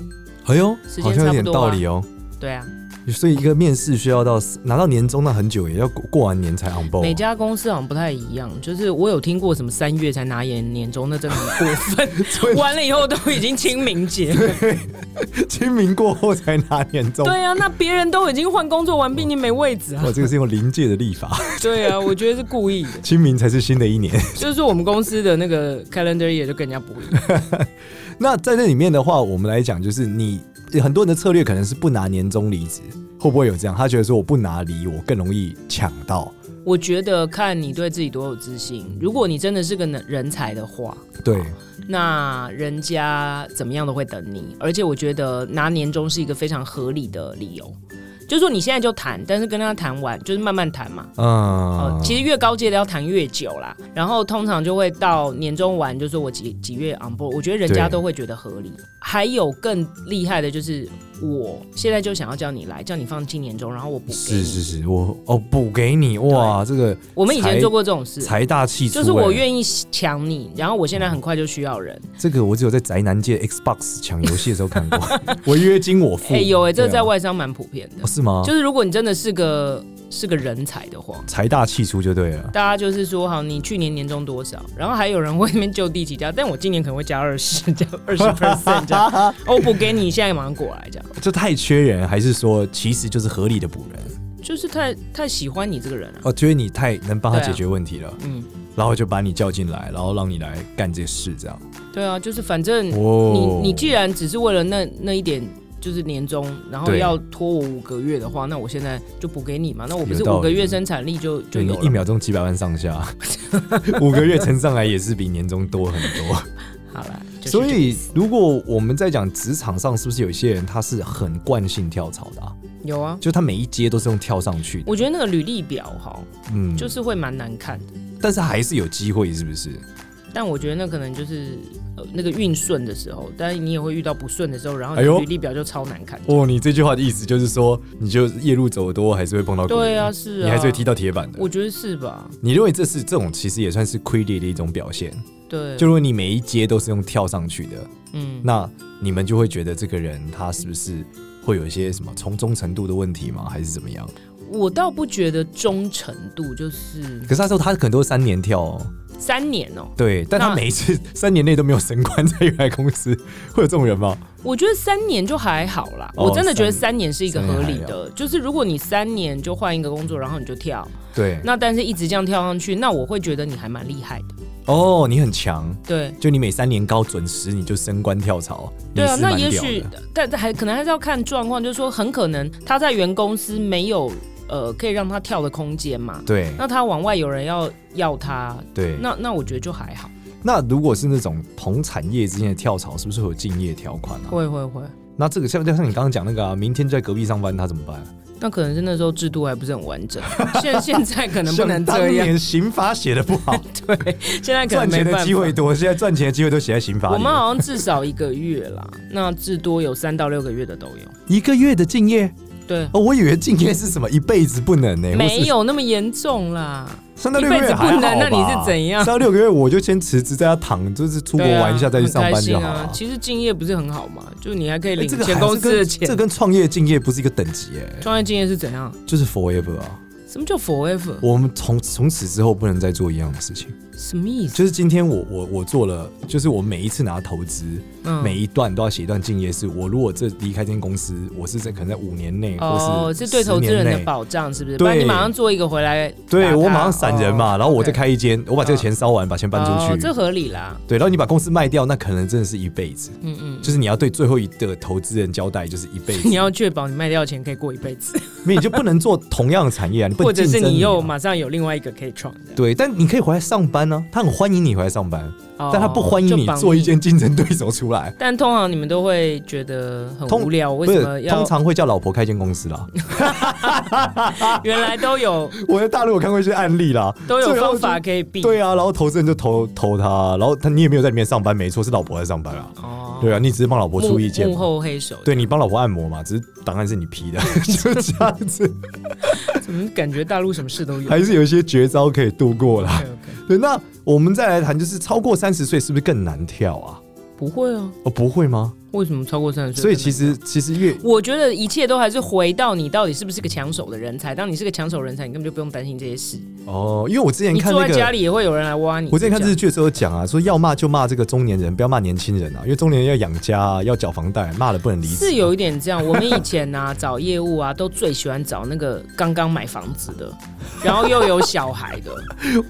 Speaker 2: 哎呦，
Speaker 3: 时间
Speaker 2: 好像有点道理哦。
Speaker 3: 对啊，
Speaker 2: 所以一个面试需要到拿到年终那很久，也要过过完年才 on board。
Speaker 3: 每家公司好像不太一样，就是我有听过什么三月才拿年年终，那真的很过 [LAUGHS]
Speaker 2: 所以
Speaker 3: 分。啊完了以后都已经清明节了，
Speaker 2: 清明过后才拿年终。
Speaker 3: [LAUGHS] 对啊，那别人都已经换工作完毕，你没位置啊
Speaker 2: 哇，。这个是用临界的立法，
Speaker 3: [LAUGHS] 对啊，我觉得是故意的，
Speaker 2: 清明才是新的一年。 [LAUGHS]
Speaker 3: 就是说我们公司的那个 calendar 也就更加不一样。
Speaker 2: 那在这里面的话，我们来讲，就是你很多人的策略可能是不拿年终离职，会不会有这样？他觉得说我不拿离，我更容易抢到。
Speaker 3: 我觉得看你对自己多有自信，如果你真的是个能人才的话，
Speaker 2: 对，
Speaker 3: 那人家怎么样都会等你，而且我觉得拿年终是一个非常合理的理由，就是说你现在就谈，但是跟他谈完就是慢慢谈嘛。
Speaker 2: 嗯
Speaker 3: 呃，，其实越高阶的要谈越久啦，然后通常就会到年终完，就说我几几月 on board，我觉得人家
Speaker 2: 对
Speaker 3: 都会觉得合理。还有更厉害的就是，我现在就想要叫你来，叫你放进年终，然后我补给
Speaker 2: 是
Speaker 3: 你。
Speaker 2: 是是，我哦补给你哇，这个
Speaker 3: 我们以前
Speaker 2: 才
Speaker 3: 做过这种事，
Speaker 2: 财大气粗、欸。
Speaker 3: 就是我愿意抢你，然后我现在很快就需要人。
Speaker 2: 这个我只有在宅男界 Xbox 抢游戏的时候
Speaker 3: [LAUGHS]
Speaker 2: 看过，违约金我付。
Speaker 3: 哎、有哎、这个
Speaker 2: 对啊
Speaker 3: 在外商蛮普遍的
Speaker 2: 哦、，是吗？
Speaker 3: 就是如果你真的是个是个人才的话。
Speaker 2: 财大气粗就对了。
Speaker 3: 大家就是说，好，你去年年终多少？然后还有人会那边就地起价，但我今年可能会加二十，加
Speaker 2: [LAUGHS]
Speaker 3: 二十 percent 这样。哦，我补给你，现在马上过来这样。
Speaker 2: 这太缺人，还是说其实就是合理的补人？
Speaker 3: 就是太太喜欢你这个人了、
Speaker 2: 哦，觉得你太能帮他
Speaker 3: 对啊
Speaker 2: 解决问题了，
Speaker 3: 嗯，
Speaker 2: 然后就把你叫进来，然后让你来干这事，这样。
Speaker 3: 对啊，就是反正你、
Speaker 2: 哦
Speaker 3: 你既然只是为了那那一点。就是年终，然后
Speaker 2: 对
Speaker 3: 要拖我五个月的话，那我现在就补给你嘛。那我不是
Speaker 2: 有道理
Speaker 3: 五个月生产力就就
Speaker 2: 对你
Speaker 3: 有
Speaker 2: 一
Speaker 3: 了吗？
Speaker 2: 秒钟几百万上
Speaker 3: [LAUGHS]
Speaker 2: 下，五个月乘上来也是比年终多很多。
Speaker 3: 好了， [LAUGHS] 就是
Speaker 2: 所
Speaker 3: 这个意
Speaker 2: 以
Speaker 3: 思、
Speaker 2: 如果我们在讲职场上，是不是有一些人他是很惯性跳槽的、啊？
Speaker 3: 有啊。
Speaker 2: 就他每一阶都是用跳上去的。
Speaker 3: 我觉得那个履历表哈，
Speaker 2: 嗯，就
Speaker 3: 就是会蛮难看的。
Speaker 2: 但是还是有机会，是不是？
Speaker 3: 但我觉得那可能就是呃那个运顺的时候，但你也会遇到不顺的时候，然后你
Speaker 2: 哎呦
Speaker 3: 履历表就超难看。
Speaker 2: 哦，你这句话的意思就是说，你就夜路走得多，还是会碰到鬼。
Speaker 3: 对啊，是啊，
Speaker 2: 你还是会踢。到铁板的
Speaker 3: 我。觉得是吧？
Speaker 2: 你认为这是这种其实也算是亏裂的一种表现？
Speaker 3: 对，
Speaker 2: 就如果你每一阶都是用跳上去的，
Speaker 3: 嗯，
Speaker 2: 那你们就会觉得这个人他是不是会有一些什么从忠程度的问题吗？还是怎么样？
Speaker 3: 我倒不觉得忠诚度就是
Speaker 2: 可是他说他可能都是三年跳哦，
Speaker 3: 三年哦、
Speaker 2: 对，但他
Speaker 3: 那
Speaker 2: 每一次 [LAUGHS] 三年内都没有升官在原来公司，会有这种人吗？
Speaker 3: 我觉得三年就还好啦。
Speaker 2: 哦
Speaker 3: 我真的觉得三年是一个合
Speaker 2: 三
Speaker 3: 理
Speaker 2: 年还哎
Speaker 3: 的，就是如果你三年就换一个工作，然后你就跳，
Speaker 2: 对，
Speaker 3: 那但是一直这样跳上去，那我会觉得你还蛮厉害的。
Speaker 2: 哦，你很强，
Speaker 3: 对，
Speaker 2: 就你每三年高准时你就升官跳槽，
Speaker 3: 对啊，
Speaker 2: 你是
Speaker 3: 那
Speaker 2: 蛮
Speaker 3: 也
Speaker 2: 屌
Speaker 3: 许
Speaker 2: 的，
Speaker 3: 但但还可能还是要看状况，就是说，很可能他在原公司没有呃可以让他跳的空间嘛，
Speaker 2: 对
Speaker 3: 那他往外有人要要他，
Speaker 2: 对。那
Speaker 3: 那那我觉得就还好，
Speaker 2: 如果是那种同产业之间的跳槽，是不是会有竞业条款啊？
Speaker 3: 会会会，
Speaker 2: 那这个像像你刚刚讲那个啊，明天就在隔壁上班，他怎么办？
Speaker 3: 那可能是那时候制度还不是很完整，现现在可能不
Speaker 2: 像
Speaker 3: 能
Speaker 2: 当
Speaker 3: 这样，
Speaker 2: 年刑法写的不好，
Speaker 3: 对， [LAUGHS] 现在可
Speaker 2: 赚
Speaker 3: 能
Speaker 2: 钱
Speaker 3: 没办
Speaker 2: 的
Speaker 3: 法。
Speaker 2: 机会多，现在赚钱的机会都写在刑法里
Speaker 3: 我
Speaker 2: 了。
Speaker 3: 们好像至少一个月啦，那至多有三到六个月的都有。
Speaker 2: 一个月的敬业，
Speaker 3: 对，
Speaker 2: 哦，我以为敬业是什么一辈子不能呢、我
Speaker 3: 没
Speaker 2: 哎是
Speaker 3: 有那么严重啦。
Speaker 2: 三到六个
Speaker 3: 一辈
Speaker 2: 月
Speaker 3: 子不
Speaker 2: 还好
Speaker 3: 能
Speaker 2: 吧？
Speaker 3: 那你是怎样
Speaker 2: 三到六个月我就先辞职，在家躺，就是出国
Speaker 3: 对啊
Speaker 2: 玩一下，再去上班就好
Speaker 3: 很开心啊
Speaker 2: 了。
Speaker 3: 其实敬业不是很好嘛，就你还可以
Speaker 2: 哎
Speaker 3: 领
Speaker 2: 这个还
Speaker 3: 前
Speaker 2: 是
Speaker 3: 公司的
Speaker 2: 跟
Speaker 3: 钱啊
Speaker 2: 这。跟创业敬业不是一个等级哎、
Speaker 3: 创业敬业是怎样？
Speaker 2: 就是 forever 啊。
Speaker 3: 什么叫 forever？
Speaker 2: 我们从从此之后不能再做一样的事情。
Speaker 3: 什么意思？
Speaker 2: 就是今天我我我做了，就是我每一次拿投资，
Speaker 3: 嗯
Speaker 2: 每一段都要写一段敬业是我如果这离开这间公司，我是在可能在五年内，
Speaker 3: 哦
Speaker 2: 或，是
Speaker 3: 是对投资人
Speaker 2: 10
Speaker 3: 的
Speaker 2: 年内
Speaker 3: 保障，是不是？
Speaker 2: 对
Speaker 3: 不然你马上做一个回来打卡，
Speaker 2: 对我马上闪人嘛，
Speaker 3: 哦
Speaker 2: 然后我再
Speaker 3: OK
Speaker 2: 开一间，我把这个钱烧完，把钱搬出
Speaker 3: 哦
Speaker 2: 去
Speaker 3: 这，合理啦。
Speaker 2: 对，然后你把公司卖掉，那可能真的是一辈子，
Speaker 3: 嗯嗯，
Speaker 2: 就是你要对最后一个投资人交代，就是一辈子，
Speaker 3: [LAUGHS] 你要确保你卖掉的钱可以过一辈子，
Speaker 2: 没有你就不能做同样的产业啊，你不
Speaker 3: 或
Speaker 2: 能
Speaker 3: 者
Speaker 2: 竞
Speaker 3: 是
Speaker 2: 争
Speaker 3: 你
Speaker 2: 你
Speaker 3: 又
Speaker 2: 啊。
Speaker 3: 马上有另外一个可以创的。
Speaker 2: 对，但你可以回来上班呢、他很欢迎你回来上班，[LAUGHS]
Speaker 3: 哦
Speaker 2: 但他不欢迎
Speaker 3: 就
Speaker 2: 你
Speaker 3: 绑
Speaker 2: 做一间竞争对手出来。
Speaker 3: 但通常你们都会觉得很
Speaker 2: 通
Speaker 3: 无聊，为
Speaker 2: 不
Speaker 3: 什
Speaker 2: 是
Speaker 3: 么，要
Speaker 2: 通？常会叫老婆开间公司
Speaker 3: [LAUGHS]
Speaker 2: 啦。
Speaker 3: 原来
Speaker 2: [LAUGHS]
Speaker 3: 都有
Speaker 2: 我在大陆有看过一些案例啦，
Speaker 3: 都有
Speaker 2: 最后
Speaker 3: 方
Speaker 2: 就
Speaker 3: 法可以避。
Speaker 2: 对啊，然后投资人就投投他，然后他你也没有在里面上班，没错，是老婆在上班啊。
Speaker 3: 哦，
Speaker 2: 对啊，你只是帮老婆
Speaker 3: 幕
Speaker 2: 出意见
Speaker 3: 幕
Speaker 2: 嘛。
Speaker 3: 后黑手，
Speaker 2: 对你帮老婆按摩嘛，只是档案是你批的， [LAUGHS] 就这样子，
Speaker 3: 怎么感觉大陆什么事都有
Speaker 2: 还是有一些绝招可以度过
Speaker 3: [LAUGHS]
Speaker 2: 啦。
Speaker 3: ？OK，
Speaker 2: 对，那我们再来谈，就是超过三十岁是不是更难跳啊？
Speaker 3: 不会啊，
Speaker 2: 哦，不会吗？
Speaker 3: 为什么超过三十岁？
Speaker 2: 所以其实其实越
Speaker 3: 我觉得一切都还是回到你到底是不是个抢手的人才。当你是个抢手人才，你根本就不用担心这些事。
Speaker 2: 哦，因为我之前
Speaker 3: 你
Speaker 2: 看
Speaker 3: 坐
Speaker 2: 那
Speaker 3: 在家
Speaker 2: 个，
Speaker 3: 里也会有人来挖你。
Speaker 2: 我之前看
Speaker 3: 是
Speaker 2: 日剧的时候讲啊，说要骂就骂这个中年人，不要骂年轻人啊，因为中年人要养家啊，要缴房贷，骂了不能离
Speaker 3: 这样
Speaker 2: 职。
Speaker 3: 是有一点这样。我们以前呢、找业务啊，都最喜欢找那个刚刚买房子
Speaker 2: [LAUGHS]
Speaker 3: 的，然后又有小孩的，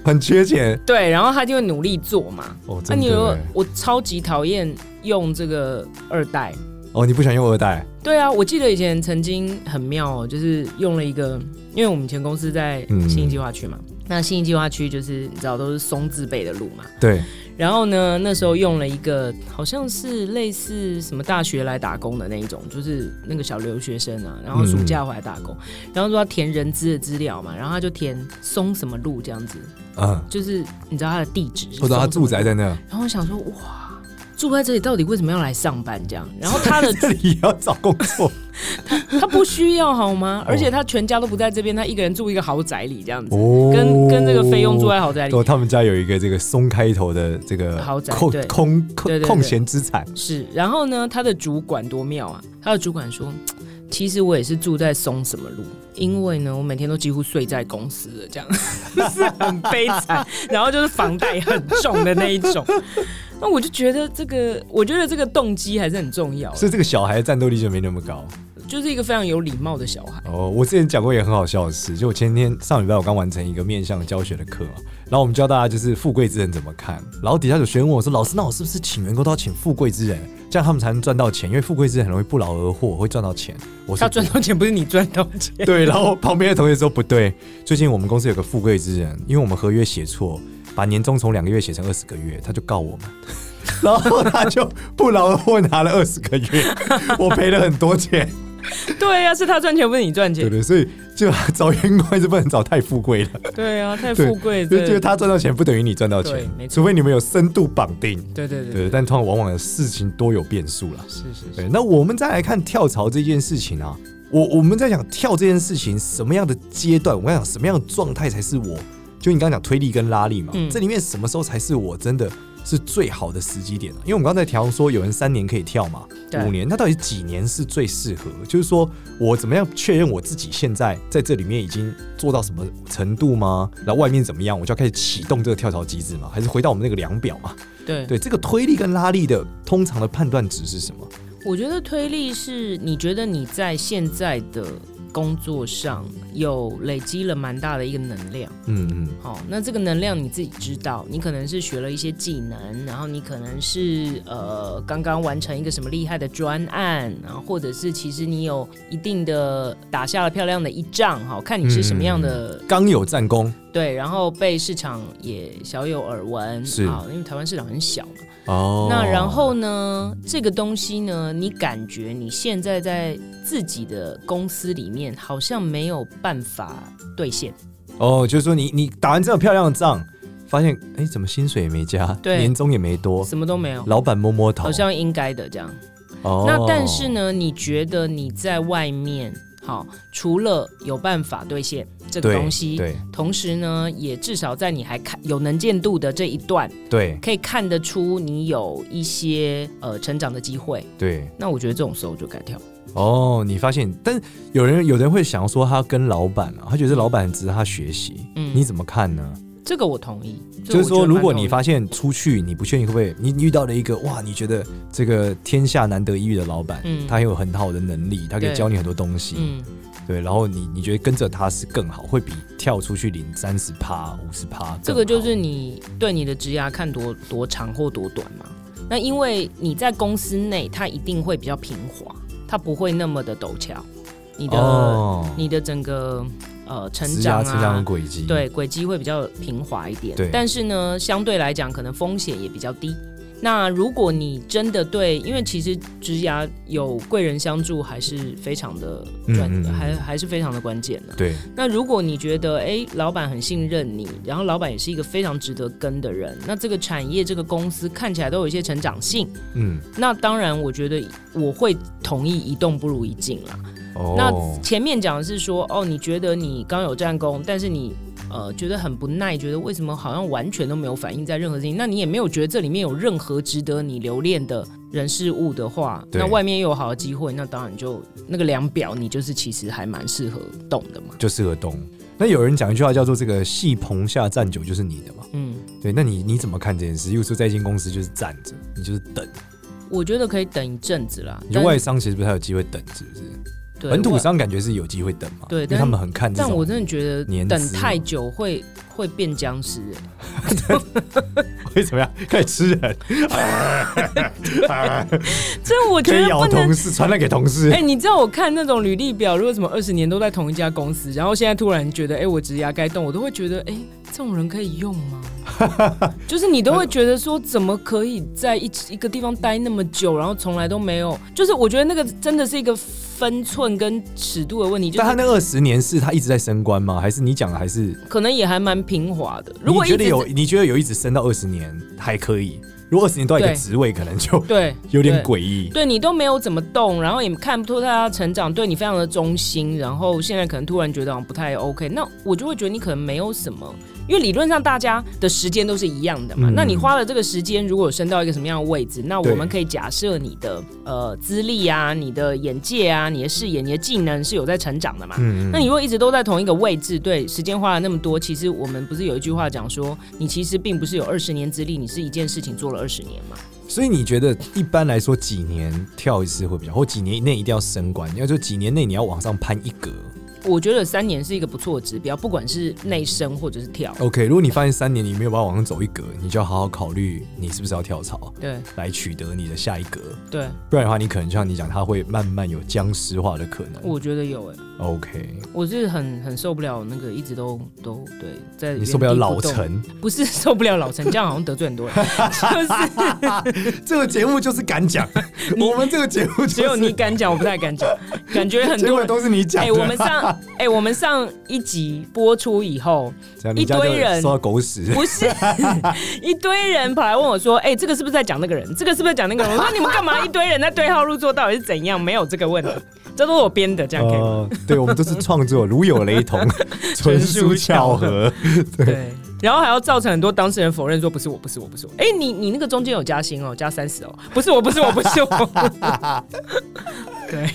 Speaker 2: 很缺钱
Speaker 3: 对，然后他就会努力做嘛。
Speaker 2: 哦，
Speaker 3: 那、
Speaker 2: 真
Speaker 3: 啊你
Speaker 2: 的
Speaker 3: 有
Speaker 2: 耶。
Speaker 3: 我超级讨厌用这个二代。
Speaker 2: 哦，你不想用二代？
Speaker 3: 对啊，我记得以前曾经很妙、哦，就是用了一个，因为我们以前公司在
Speaker 2: 嗯
Speaker 3: 新义计划区嘛，那新义计划区就是你知道都是松字辈的路嘛，
Speaker 2: 对，
Speaker 3: 然后呢，那时候用了一个好像是类似什么大学来打工的那一种，就是那个小留学生啊，然后暑假回来打工，然后说要填人资的资料嘛，然后他就填松什么路这样子，
Speaker 2: 嗯，
Speaker 3: 就是你知道他的地址，
Speaker 2: 或者他住宅，在那，
Speaker 3: 然后我想说哇。住在这里到底为什么要来上班这样？然后
Speaker 2: [LAUGHS]
Speaker 3: 他的
Speaker 2: 这里也要找工作。
Speaker 3: [LAUGHS] 他不需要好吗？而且他全家都不在这边，他一个人住一个豪宅里这样子，
Speaker 2: 哦
Speaker 3: 跟跟这个菲佣住在豪宅里
Speaker 2: 哦，他们家有一个这个松开头的这个
Speaker 3: 哎豪宅
Speaker 2: 空
Speaker 3: 对
Speaker 2: 空
Speaker 3: 对
Speaker 2: 空
Speaker 3: 对
Speaker 2: 空闲资产，
Speaker 3: 是，然后呢，他的主管多妙啊！他的主管说，其实我也是住在松什么路，因为呢，我每天都几乎睡在公司的，这样 [LAUGHS] 是很悲惨，然后就是房贷很重的那一种。 [LAUGHS] 那我就觉得这个，我觉得这个动机还是很重要的，
Speaker 2: 所以这个小孩的战斗力就没那么高。
Speaker 3: 就是一个非常有礼貌的小孩。
Speaker 2: 哦，我之前讲过也很好笑的事，就我前天上礼拜我刚完成一个面向教学的课嘛，然后我们教大家就是富贵之人怎么看，然后底下有学员问我说，老师，那我是不是请员工都要请富贵之人，这样他们才能赚到钱？因为富贵之人很容易不劳而获，会赚到钱。我说
Speaker 3: 他赚到钱不是你赚到钱， [LAUGHS]
Speaker 2: 对，然后旁边的同学说不对，最近我们公司有个富贵之人，因为我们合约写错，把年终从两个月写成二十个月，他就告我们， [LAUGHS] 然后他就不劳而获拿了二十个月，我赔了很多
Speaker 3: [LAUGHS]
Speaker 2: 钱。
Speaker 3: 对啊呀、是他赚钱不是你赚
Speaker 2: 对
Speaker 3: 钱，
Speaker 2: 对，所以就找员工还是不能找太富贵了，
Speaker 3: 对啊，太
Speaker 2: 对 [LAUGHS]
Speaker 3: 富贵，
Speaker 2: 就
Speaker 3: 对
Speaker 2: 觉得他赚到钱不等于你赚到钱
Speaker 3: 对没，错
Speaker 2: 除非你们有深度绑定。
Speaker 3: 对对对，
Speaker 2: 对，但通常往往事情多有变数啦。
Speaker 3: 是是是，
Speaker 2: 对，那我们再来看跳槽这件事情啊，我我们在讲跳这件事情，什么样的阶段，我跟你讲什么样的状态才是我，就你刚刚讲推力跟拉力嘛，
Speaker 3: 嗯
Speaker 2: 这里面什么时候才是我真的是最好的时机点啊？因为我们刚才调说有人三年可以跳嘛，
Speaker 3: 对
Speaker 2: 五年，那到底几年是最适合？就是说我怎么样确认我自己现在在这里面已经做到什么程度吗？然后外面怎么样，我就要开始启动这个跳槽机制嘛？还是回到我们那个量表嘛？
Speaker 3: 对
Speaker 2: 对，这个推力跟拉力的通常的判断值是什么？
Speaker 3: 我觉得推力是你觉得你在现在的工作上有累积了蛮大的一个能量，
Speaker 2: 嗯嗯。
Speaker 3: 好，那这个能量你自己知道，你可能是学了一些技能，然后你可能是呃刚刚完成一个什么厉害的专案，然后或者是其实你有一定的打下了漂亮的一仗，好看你是什么样的、
Speaker 2: 刚有战功
Speaker 3: 对，然后被市场也小有耳闻，
Speaker 2: 是
Speaker 3: 好，因为台湾市场很小嘛，
Speaker 2: 哦
Speaker 3: 那然后呢，这个东西呢，你感觉你现在在自己的公司里面好像没有办法兑现，
Speaker 2: 哦，就是说你你打完这么漂亮的仗，发现哎怎么薪水也没加，
Speaker 3: 对
Speaker 2: 年终也没多，
Speaker 3: 什么都没有，
Speaker 2: 哦老板摸摸头，
Speaker 3: 好像应该的这样。
Speaker 2: 哦
Speaker 3: 那但是呢，你觉得你在外面好，除了有办法兑现这个
Speaker 2: 对
Speaker 3: 东西，
Speaker 2: 对
Speaker 3: 同时呢，也至少在你还看有能见度的这一段，
Speaker 2: 对
Speaker 3: 可以看得出你有一些呃成长的机会。
Speaker 2: 对，
Speaker 3: 那我觉得这种时候就该跳。
Speaker 2: 哦，你发现，但有人有人会想说他跟老板啊，他觉得老板值得他学习，
Speaker 3: 嗯
Speaker 2: 你怎么看呢？
Speaker 3: 这个我同意，这
Speaker 2: 就
Speaker 3: 个
Speaker 2: 是说，
Speaker 3: 我觉得蛮
Speaker 2: 如果你
Speaker 3: 同意
Speaker 2: 发现出去你不确定会不会，你你遇到了一个哇，你觉得这个天下难得一遇的老板，
Speaker 3: 嗯
Speaker 2: 他有很好的能力，他可以
Speaker 3: 对
Speaker 2: 教你很多东西，
Speaker 3: 嗯，
Speaker 2: 对，然后你你觉得跟着他是更好，会比跳出去领三十趴、五十趴，
Speaker 3: 这个就是你对你的职涯看多多长或多短嘛。那因为你在公司内，它一定会比较平滑，它不会那么的陡峭。你的、
Speaker 2: 哦，
Speaker 3: 你的整个呃成
Speaker 2: 职
Speaker 3: 长
Speaker 2: 涯成长
Speaker 3: 啊，
Speaker 2: 轨迹，
Speaker 3: 对轨迹会比较平滑一点。
Speaker 2: 对
Speaker 3: 但是呢，相对来讲，可能风险也比较低。那如果你真的对，因为其实职涯有贵人相助，还是非常的赚，
Speaker 2: 嗯嗯嗯
Speaker 3: 还还是非常的关键的、
Speaker 2: 对
Speaker 3: 那如果你觉得，哎，老板很信任你，然后老板也是一个非常值得跟的人，那这个产业、这个公司看起来都有一些成长性，
Speaker 2: 嗯，
Speaker 3: 那当然，我觉得我会同意一动不如一静啦。
Speaker 2: 哦，
Speaker 3: 那前面讲的是说，哦，你觉得你刚有战功，但是你呃觉得很不耐，觉得为什么好像完全都没有反映在任何事情？那你也没有觉得这里面有任何值得你留恋的人事物的话，
Speaker 2: 对
Speaker 3: 那外面又有好的机会，那当然就那个量表，你就是其实还蛮适合动的嘛。
Speaker 2: 就适合东。那有人讲一句话叫做“这个戏棚下站久就是你的嘛
Speaker 3: 嗯，”，
Speaker 2: 对，那你你怎么看这件事？又说在一间公司就是站着，你就是等，
Speaker 3: 我觉得可以等一阵子啦。
Speaker 2: 你觉
Speaker 3: 但
Speaker 2: 得外商其实不太有机会等，是不是？
Speaker 3: 对
Speaker 2: 本土
Speaker 3: 外，
Speaker 2: 商感觉是有机会等嘛，
Speaker 3: 对
Speaker 2: 因为
Speaker 3: 但
Speaker 2: 他们很看这
Speaker 3: 但我
Speaker 2: 种 [LAUGHS]
Speaker 3: 真的觉得
Speaker 2: 年
Speaker 3: 等
Speaker 2: 资
Speaker 3: 太久会会变僵尸、欸。
Speaker 2: 会怎么样，开始吃
Speaker 3: [LAUGHS]
Speaker 2: 人，
Speaker 3: [LAUGHS] 这我觉
Speaker 2: [LAUGHS] 可以
Speaker 3: 得
Speaker 2: 咬
Speaker 3: 不
Speaker 2: 同
Speaker 3: 能。
Speaker 2: 事，传染给同事
Speaker 3: 哎、，你知道我看那种履历表，如果什么二十年都在同一家公司，然后现在突然觉得，哎、我职涯该动，我都会觉得，哎、这种人可以用
Speaker 2: [LAUGHS]
Speaker 3: 吗？就是你都会觉得说，怎么可以在一起一个地方待那么久，然后从来都没有？就是我觉得那个真的是一个分寸跟尺度的问题，就
Speaker 2: 但他
Speaker 3: 是
Speaker 2: 那二十年是他一直在升官吗？还是你讲的还是？
Speaker 3: 可能也还蛮平滑的。如果
Speaker 2: 你
Speaker 3: 一
Speaker 2: 觉
Speaker 3: 直
Speaker 2: 得有，你觉得有一直升到二十年还可以，如果二十年到一个
Speaker 3: 对
Speaker 2: 职位，可能就
Speaker 3: 对
Speaker 2: 有点
Speaker 3: 对
Speaker 2: 诡异。
Speaker 3: 对你都没有怎么动，然后也看不出他成长，对你非常的忠心，然后现在可能突然觉得好像不太 OK，那我就会觉得你可能没有什么，因为理论上大家的时间都是一样的嘛。
Speaker 2: 嗯
Speaker 3: 那你花了这个时间，如果有升到一个什么样的位置，那
Speaker 2: 对
Speaker 3: 我们可以假设你的呃资历啊、你的眼界啊、你的视野、你的技能是有在成长的嘛。
Speaker 2: 嗯
Speaker 3: 那你如果一直都在同一个位置，对时间花了那么多，其实我们不是有一句话讲说，你其实并不是有二十年资历，你是一件事情做了二十年嘛？
Speaker 2: 所以你觉得一般来说几年跳一次会比较，或几年内一定要升官？你要说几年内你要往上攀一格。
Speaker 3: 我觉得三年是一个不错的指标，不管是内升或者是跳。
Speaker 2: OK，如果你发现三年你没有办法往上走一格，你就要好好考虑你是不是要跳槽
Speaker 3: 对
Speaker 2: 来取得你的下一格，
Speaker 3: 对，
Speaker 2: 不然的话你可能就像你讲，它会慢慢有僵尸化的可能。
Speaker 3: 我觉得有哎、
Speaker 2: OK，
Speaker 3: 我是很很受不了那个一直都都对在
Speaker 2: 你受不了
Speaker 3: 原地
Speaker 2: 老
Speaker 3: 动，
Speaker 2: 陈，
Speaker 3: 不是受不了老陈，这样好像得罪很多人，就是
Speaker 2: 这个节目就是敢
Speaker 3: [LAUGHS]
Speaker 2: 讲，我们这个节目
Speaker 3: 只有你敢讲，我不太敢讲，感觉很
Speaker 2: 结
Speaker 3: 多
Speaker 2: 果
Speaker 3: 人。
Speaker 2: 都是你讲
Speaker 3: 哎、
Speaker 2: 的。
Speaker 3: 我们上哎、我们上一集播出以后，
Speaker 2: 这样人家
Speaker 3: 一堆
Speaker 2: 就
Speaker 3: 人
Speaker 2: 受到狗屎，
Speaker 3: 不是 [LAUGHS] 一堆人跑来问我说：“哎、这个是不是在讲那个人？这个是不是在讲那个人？”我说：“你们干嘛一堆人在对号入座？到底是怎样？没有这个问题，这都是我编的，这样可以吗？”
Speaker 2: 哦，对，我们都是创作，如有雷
Speaker 3: [LAUGHS]
Speaker 2: 同，纯属巧合。
Speaker 3: 对，然后还要造成很多当事人否认说不是我，不是我，不是我。哎、你你那个中间有加薪哦，加三十哦，不是我， [LAUGHS] 不是我，不是我。对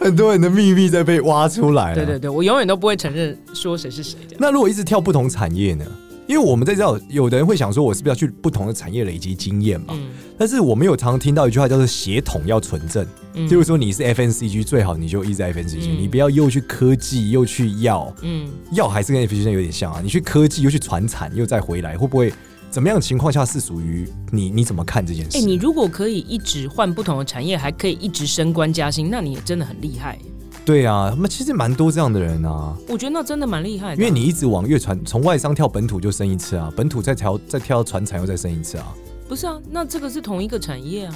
Speaker 2: 很多人的秘密在被挖出来了。
Speaker 3: 对对对，我永远都不会承认说谁是谁这样。
Speaker 2: 那如果一直跳不同产业呢？因为我们在知道，有的人会想说，我是不是要去不同的产业累积经验嘛？
Speaker 3: 嗯
Speaker 2: 但是我们有常常听到一句话叫做“血统要纯正”，
Speaker 3: 嗯
Speaker 2: 就是说你是 FNCG 最好你就一直在 FNCG，、
Speaker 3: 嗯
Speaker 2: 你不要又去科技又去药，
Speaker 3: 嗯，
Speaker 2: 药还是跟 FNCG 有点像啊。你去科技又去传产又再回来，会不会怎么样情况下是属于你？你怎么看这件事？
Speaker 3: 哎、你如果可以一直换不同的产业，还可以一直升官加薪，那你也真的很厉害。
Speaker 2: 对啊，那么其实蛮多这样的人啊，
Speaker 3: 我觉得那真的蛮厉害的啊，
Speaker 2: 因为你一直往越传，从外商跳本土就升一次啊，本土再跳再跳到传产又再升一次啊。
Speaker 3: 不是啊，那这个是同一个产业啊。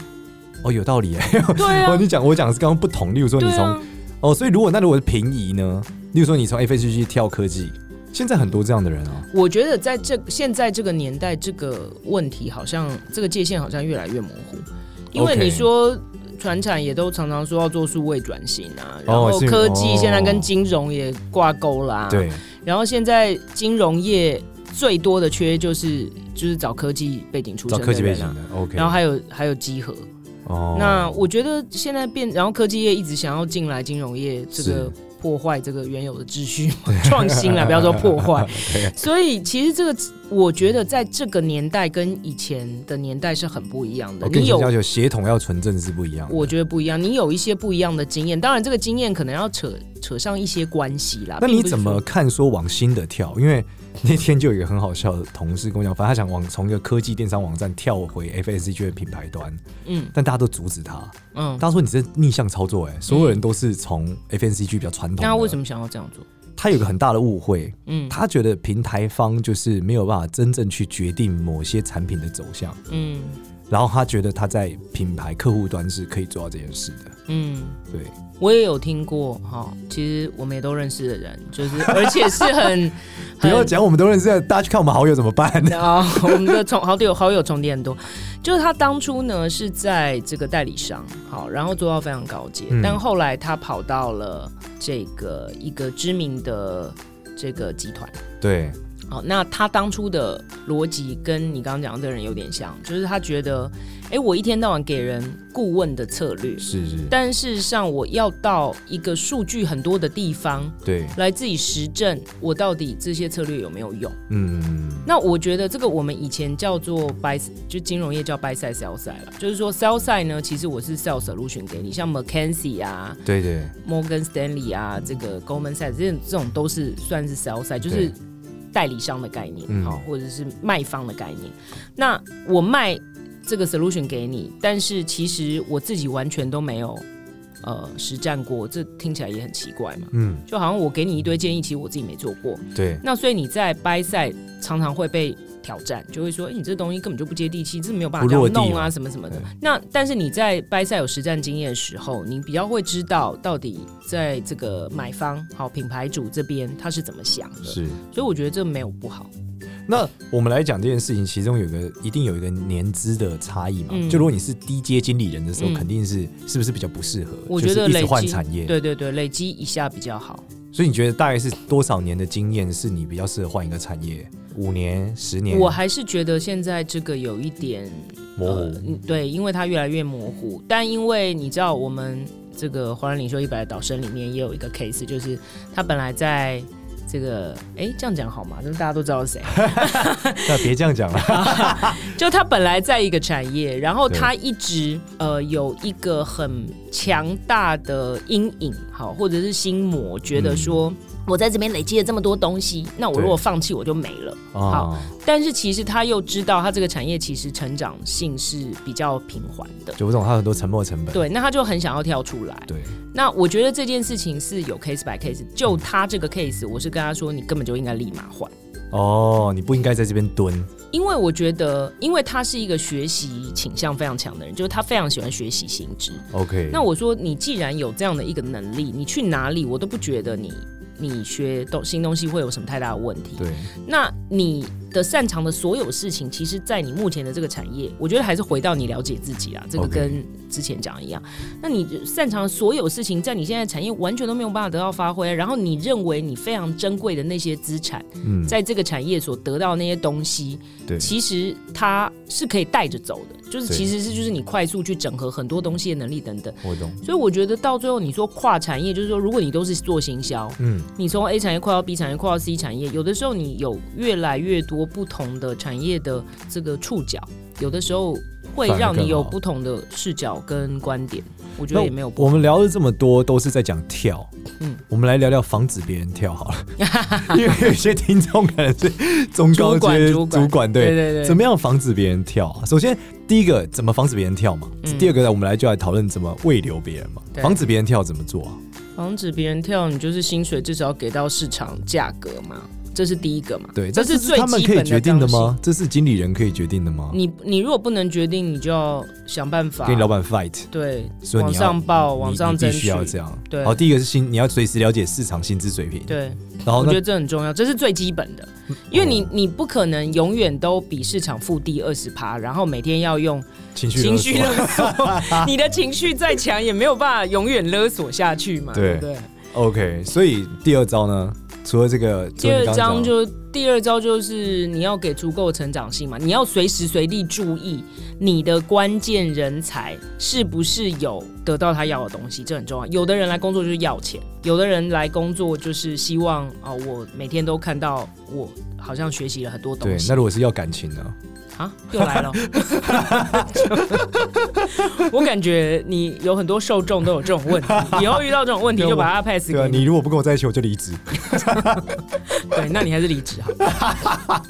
Speaker 2: 哦，有道理哎、
Speaker 3: 对
Speaker 2: [LAUGHS] 哦，
Speaker 3: 啊，
Speaker 2: 你讲我讲的是刚刚不同，例如说你
Speaker 3: 对
Speaker 2: 从、
Speaker 3: 啊，
Speaker 2: 哦，所以如果那如果是平移呢？例如说你从 FHG 跳科技，现在很多这样的人啊。
Speaker 3: 我觉得在这现在这个年代，这个问题好像这个界限好像越来越模糊，因为
Speaker 2: OK
Speaker 3: 你说船产也都常常说要做数位转型啊，然
Speaker 2: 哦
Speaker 3: 后
Speaker 2: 是
Speaker 3: 科技现在
Speaker 2: 哦
Speaker 3: 跟金融也挂钩啦、，
Speaker 2: 对，
Speaker 3: 然后现在金融业最多的缺就是就是找科技背景出
Speaker 2: 找
Speaker 3: 身的
Speaker 2: 科技背
Speaker 3: 人
Speaker 2: 景
Speaker 3: 啊，
Speaker 2: 的 OK，
Speaker 3: 然后还有还有集合。
Speaker 2: 哦
Speaker 3: 那我觉得现在变，然后科技业一直想要进来金融业，这
Speaker 2: 是
Speaker 3: 个破坏这个原有的秩序嘛，创新啦，不要说
Speaker 2: [LAUGHS]
Speaker 3: 破坏。
Speaker 2: 啊
Speaker 3: 所以其实这个，我觉得在这个年代跟以前的年代是很不一样的。
Speaker 2: 哦我跟
Speaker 3: 你
Speaker 2: 你
Speaker 3: 有
Speaker 2: 要求协同要纯正是不一样的，
Speaker 3: 我觉得不一样，你有一些不一样的经验，当然这个经验可能要扯扯上一些关系啦。
Speaker 2: 那你
Speaker 3: 并不是
Speaker 2: 怎么
Speaker 3: 说？
Speaker 2: 看说往新的跳？因为那天就有一个很好笑的同事跟我讲，反正他想往从一个科技电商网站跳回 FSCG 的品牌端，
Speaker 3: 嗯
Speaker 2: 但大家都阻止他，
Speaker 3: 嗯，
Speaker 2: 大家说你这逆向操作、欸，哎，所有人都是从 FSCG 比较传统。
Speaker 3: 那为什
Speaker 2: 么？
Speaker 3: 么想要这样做？
Speaker 2: 他有一个很大的误会，
Speaker 3: 嗯
Speaker 2: 他觉得平台方就是没有办法真正去决定某些产品的走向，
Speaker 3: 嗯
Speaker 2: 然后他觉得他在品牌客户端是可以做到这件事的。
Speaker 3: 嗯，
Speaker 2: 对，
Speaker 3: 我也有听过哈、其实我们也都认识的人，就是而且是很
Speaker 2: [LAUGHS] 不要
Speaker 3: 很
Speaker 2: 讲我们都认识的，大家去看我们好友怎么办？ [LAUGHS]
Speaker 3: 啊、我们的重好友好友重叠很多，就是他当初呢是在这个代理商，好，然后做到非常高阶，
Speaker 2: 嗯
Speaker 3: 但后来他跑到了这个一个知名的这个集团。
Speaker 2: 对，
Speaker 3: 好，那他当初的逻辑跟你刚刚讲的这个人有点像，就是他觉得，哎、我一天到晚给人顾问的策略，
Speaker 2: 是是，
Speaker 3: 但事实上我要到一个数据很多的地方
Speaker 2: 对，
Speaker 3: 来自己实证，我到底这些策略有没有用？
Speaker 2: 嗯。
Speaker 3: 那我觉得这个我们以前叫做 buy，就金融业叫 buy side sell side 了，就是说 sell side 呢，其实我是 sell solution 给你，像 McKinsey 啊、
Speaker 2: 对对
Speaker 3: Morgan Stanley 啊、这个 Goldman Sachs 这种这种都是算是 sell side，就是
Speaker 2: 对
Speaker 3: 代理商的概念，
Speaker 2: 嗯
Speaker 3: 好、或者是卖方的概念。那我卖这个 solution 给你，但是其实我自己完全都没有呃实战过，这听起来也很奇怪嘛。
Speaker 2: 嗯，
Speaker 3: 就好像我给你一堆建议，其实我自己没做过，
Speaker 2: 对，
Speaker 3: 那所以你在掰赛常常会被挑战，就会说，哎、你这东西根本就不接地气，这没有办法
Speaker 2: 不
Speaker 3: 这
Speaker 2: 落
Speaker 3: 样
Speaker 2: 地
Speaker 3: 弄啊，
Speaker 2: 嘛
Speaker 3: 什么什么的
Speaker 2: 对。
Speaker 3: 那但是你在掰赛有实战经验的时候，你比较会知道到底在这个买方好品牌主这边他是怎么想的。
Speaker 2: 是。
Speaker 3: 所以我觉得这没有不好。
Speaker 2: 那我们来讲这件事情，其中有一个一定有一个年资的差异嘛。
Speaker 3: 嗯
Speaker 2: 就如果你是低阶经理人的时候，
Speaker 3: 嗯
Speaker 2: 肯定是是不是比较不适合？
Speaker 3: 我觉得
Speaker 2: 就是一直
Speaker 3: 累
Speaker 2: 换
Speaker 3: 积
Speaker 2: 产业，。
Speaker 3: 对对对，累积一下比较好。
Speaker 2: 所以你觉得大概是多少年的经验是你比较适合换一个产业？五年、十年？
Speaker 3: 我还是觉得现在这个有一点
Speaker 2: 模糊
Speaker 3: 呃嗯对，因为它越来越模糊。但因为你知道，我们这个《华人领袖一百的导生》里面也有一个 case，就是他本来在这个，哎，这样讲好吗？这大家都知道是谁。
Speaker 2: 那别这样讲了。
Speaker 3: [LAUGHS] 就他本来在一个产业，然后
Speaker 2: 对
Speaker 3: 他一直呃有一个很强大的阴影，好，或者是心魔，觉得说。我在这边累积了这么多东西，那我
Speaker 2: 对
Speaker 3: 如果放弃，我就没了。好，
Speaker 2: 哦，
Speaker 3: 但是其实他又知道，他这个产业其实成长性是比较平缓的。
Speaker 2: 九总他很多沉没成本。
Speaker 3: 对，那他就很想要跳出来。
Speaker 2: 对
Speaker 3: 那我觉得这件事情是有 case by case。就他这个 case，我是跟他说，你根本就应该立马换，
Speaker 2: 哦，你不应该在这边蹲。
Speaker 3: 因为我觉得，因为他是一个学习倾向非常强的人，就是他非常喜欢学习新知。
Speaker 2: OK，
Speaker 3: 那我说，你既然有这样的一个能力，你去哪里，我都不觉得你你学东新东西会有什么太大的问题。
Speaker 2: 对
Speaker 3: 那你的擅长的所有事情，其实，在你目前的这个产业，我觉得还是回到你了解自己啊，这个
Speaker 2: OK
Speaker 3: 跟之前讲的一样。那你擅长的所有事情，在你现在的产业完全都没有办法得到发挥，然后你认为你非常珍贵的那些资产，
Speaker 2: 嗯，
Speaker 3: 在这个产业所得到的那些东西，
Speaker 2: 对
Speaker 3: 其实它是可以带着走的，就是
Speaker 2: 对
Speaker 3: 其实是就是你快速去整合很多东西的能力等等。
Speaker 2: 我懂。
Speaker 3: 所以我觉得到最后，你说跨产业，就是说，如果你都是做行销，
Speaker 2: 嗯，
Speaker 3: 你从 A 产业跨到 B 产业，跨到 C 产业，有的时候你有越来越多不同的产业的这个触角，有的时候会让你有不同的视角跟观点，我觉得也没有不
Speaker 2: 我们聊了这么多，都是在讲跳。
Speaker 3: 嗯
Speaker 2: 我们来聊聊防止别人跳好
Speaker 3: [LAUGHS]
Speaker 2: 了，因为有些听众可能是中高
Speaker 3: 主管
Speaker 2: 阶
Speaker 3: 主管
Speaker 2: 对
Speaker 3: 对对对
Speaker 2: 怎么样防止别人跳啊？首先，第一个怎么防止别人跳嘛？
Speaker 3: 嗯
Speaker 2: 第二个呢，我们来就来讨论怎么喂留别人嘛。
Speaker 3: 对
Speaker 2: 防止别人跳怎么做啊？
Speaker 3: 防止别人跳，你就是薪水至少给到市场价格嘛。这是第一个嘛。
Speaker 2: 对，
Speaker 3: 这
Speaker 2: 但
Speaker 3: 是
Speaker 2: 这
Speaker 3: 最
Speaker 2: 他们
Speaker 3: 基
Speaker 2: 可以
Speaker 3: 本
Speaker 2: 决定的
Speaker 3: 刚性
Speaker 2: 吗？？这是经理人可以决定的吗？
Speaker 3: 你你如果不能决定，你就要想办法
Speaker 2: 跟你老板 fight，
Speaker 3: 对
Speaker 2: 所以
Speaker 3: 往
Speaker 2: 你要
Speaker 3: 上报，
Speaker 2: 你
Speaker 3: 往
Speaker 2: 你
Speaker 3: 上争
Speaker 2: 必
Speaker 3: 取
Speaker 2: 须要这样。
Speaker 3: 对
Speaker 2: 好，第一个是薪，你要随时了解市场薪资水平。，
Speaker 3: 对，
Speaker 2: 然后
Speaker 3: 我觉
Speaker 2: 那
Speaker 3: 得这很重要，这是最基本的，因为你你不可能永远都比市场负低二十趴，然后每天要用
Speaker 2: 情绪
Speaker 3: 情
Speaker 2: 勒
Speaker 3: 绪
Speaker 2: 索
Speaker 3: 勒索， [LAUGHS] 你的情绪再强也没有办法永远勒索下去嘛，对
Speaker 2: 对
Speaker 3: 不对？
Speaker 2: OK，所以第二招呢，除了这个，
Speaker 3: 第
Speaker 2: 除了
Speaker 3: 二
Speaker 2: 你刚刚
Speaker 3: 章
Speaker 2: 讲
Speaker 3: 就第二招就是你要给足够的成长性嘛，你要随时随地注意你的关键人才是不是有得到他要的东西，这很重要。有的人来工作就是要钱，有的人来工作就是希望啊、我每天都看到我好像学习了很多
Speaker 2: 对
Speaker 3: 东，西
Speaker 2: 那。如果是要感情呢？
Speaker 3: 啊，又来了！我感觉你有很多受众都有这种问题，以后遇到这种问题
Speaker 2: 对
Speaker 3: 就
Speaker 2: 我
Speaker 3: 把它 pass
Speaker 2: 对啊，
Speaker 3: 给
Speaker 2: 你如果不跟我在一起，我就离职。
Speaker 3: 对，那你还是离职好了。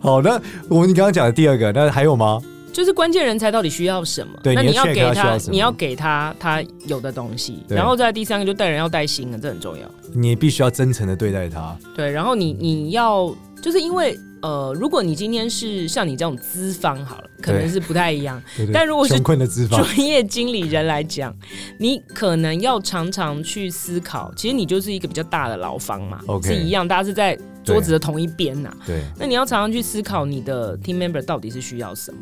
Speaker 2: 好，那我你刚刚讲的第二个，那还有吗？
Speaker 3: 就是关键人才到底需要什么？
Speaker 2: 对
Speaker 3: 那
Speaker 2: 你
Speaker 3: 你
Speaker 2: 要
Speaker 3: 要
Speaker 2: check
Speaker 3: 给
Speaker 2: 他需要什么
Speaker 3: 你要给他他有的东西。
Speaker 2: 对
Speaker 3: 然后再第三个就带人要带心了，这很重要。
Speaker 2: 你必须要真诚的对待他。
Speaker 3: 对，然后你你要就是因为呃，如果你今天是像你这种资方好了，可能
Speaker 2: 对
Speaker 3: 是不太一样。
Speaker 2: 对对
Speaker 3: 但如果是
Speaker 2: 穷困的资方，
Speaker 3: 专业经理人来讲，你可能要常常去思考，其实你就是一个比较大的牢房嘛
Speaker 2: OK
Speaker 3: 是一样，大家是在桌子的同一边呐、
Speaker 2: 对
Speaker 3: 那你要常常去思考你的 team member 到底是需要什么，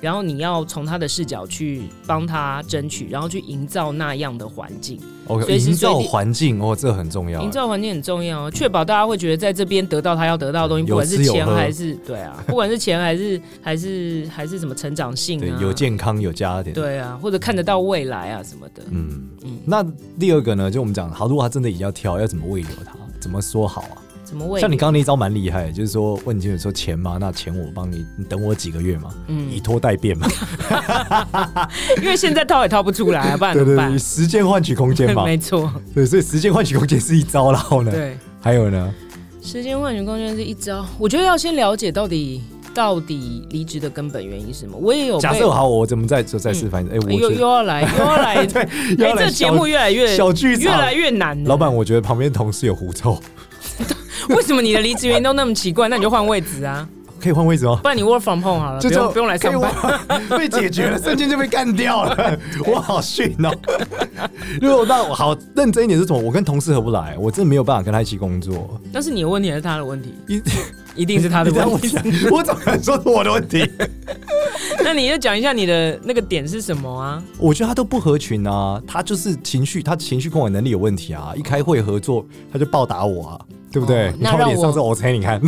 Speaker 3: 然后你要从他的视角去帮他争取，然后去营造那样的环境。
Speaker 2: ，OK，
Speaker 3: 随时
Speaker 2: 营造
Speaker 3: 随地
Speaker 2: 环境哦，这很重要
Speaker 3: 营。造环境很重要哦，确保大家会觉得在这边得到他要得到的东西，
Speaker 2: 有
Speaker 3: 不管是
Speaker 2: 吃有
Speaker 3: 钱
Speaker 2: 喝
Speaker 3: 还是对
Speaker 2: [LAUGHS]
Speaker 3: 啊，不管是钱还是还是还是什么成长性
Speaker 2: 对
Speaker 3: 啊，，
Speaker 2: 有健康有加点。，
Speaker 3: 对啊，或者看得到未来啊什么的。
Speaker 2: 嗯
Speaker 3: 嗯
Speaker 2: 那第二个呢，就我们讲，好，如果他真的也要跳，要怎么喂留他？怎么说好啊？
Speaker 3: 怎么未
Speaker 2: 像你刚刚那一招蛮厉害，就是说问清楚说钱吗？那钱我帮你，你等我几个月嘛，
Speaker 3: 嗯
Speaker 2: 以拖代变嘛，
Speaker 3: 因为现在掏也掏不出来、啊，不然
Speaker 2: 对
Speaker 3: 怎
Speaker 2: 对
Speaker 3: 么办
Speaker 2: 对，？时间换取空
Speaker 3: [LAUGHS]
Speaker 2: 间嘛，
Speaker 3: 没错，
Speaker 2: 对，所以时间换取空间是一招，然后呢，
Speaker 3: 对。
Speaker 2: 还有呢，
Speaker 3: 时间换取空间是一招，我觉得要先了解到底到底离职的根本原因是什么。我也有被呃
Speaker 2: 假设好，我怎么再再再示范？哎、
Speaker 3: 又
Speaker 2: 我
Speaker 3: 又
Speaker 2: 觉得
Speaker 3: 要
Speaker 2: [LAUGHS]
Speaker 3: 来又要来，哎，
Speaker 2: 又要来
Speaker 3: 这
Speaker 2: 小
Speaker 3: 个节目越来越
Speaker 2: 小剧场
Speaker 3: 越来越难了。
Speaker 2: 老板，我觉得旁边同事有狐臭，
Speaker 3: [LAUGHS] 为什么你的离职原因都那么奇怪？那你就换位
Speaker 2: [LAUGHS]
Speaker 3: 置啊，
Speaker 2: 可以换位置吗？
Speaker 3: 不然你 work from home 好了，不
Speaker 2: 就这
Speaker 3: 用
Speaker 2: 样
Speaker 3: 不用来上班。
Speaker 2: 班，被解决了，瞬间就被干掉了，我好逊哦。如果那我好认真一点是什么？我跟同事合不来，我真的没有办法跟他一起工作。
Speaker 3: 那是你的问题还是他的问题？
Speaker 2: 一
Speaker 3: 一定是他
Speaker 2: [LAUGHS]
Speaker 3: 的
Speaker 2: 你这样
Speaker 3: 问题。
Speaker 2: 我我怎么能说是我的问题？
Speaker 3: 那你就讲一下你的那个点是什么啊？
Speaker 2: 我觉得他都不合群啊，他就是情绪，他情绪控管能力有问题啊。一开会合作，他就暴打我啊，对不对？
Speaker 3: 哦
Speaker 2: 你
Speaker 3: 那
Speaker 2: 看我
Speaker 3: 让
Speaker 2: 脸上
Speaker 3: 我
Speaker 2: 这 O 才，你
Speaker 3: [LAUGHS]
Speaker 2: 看，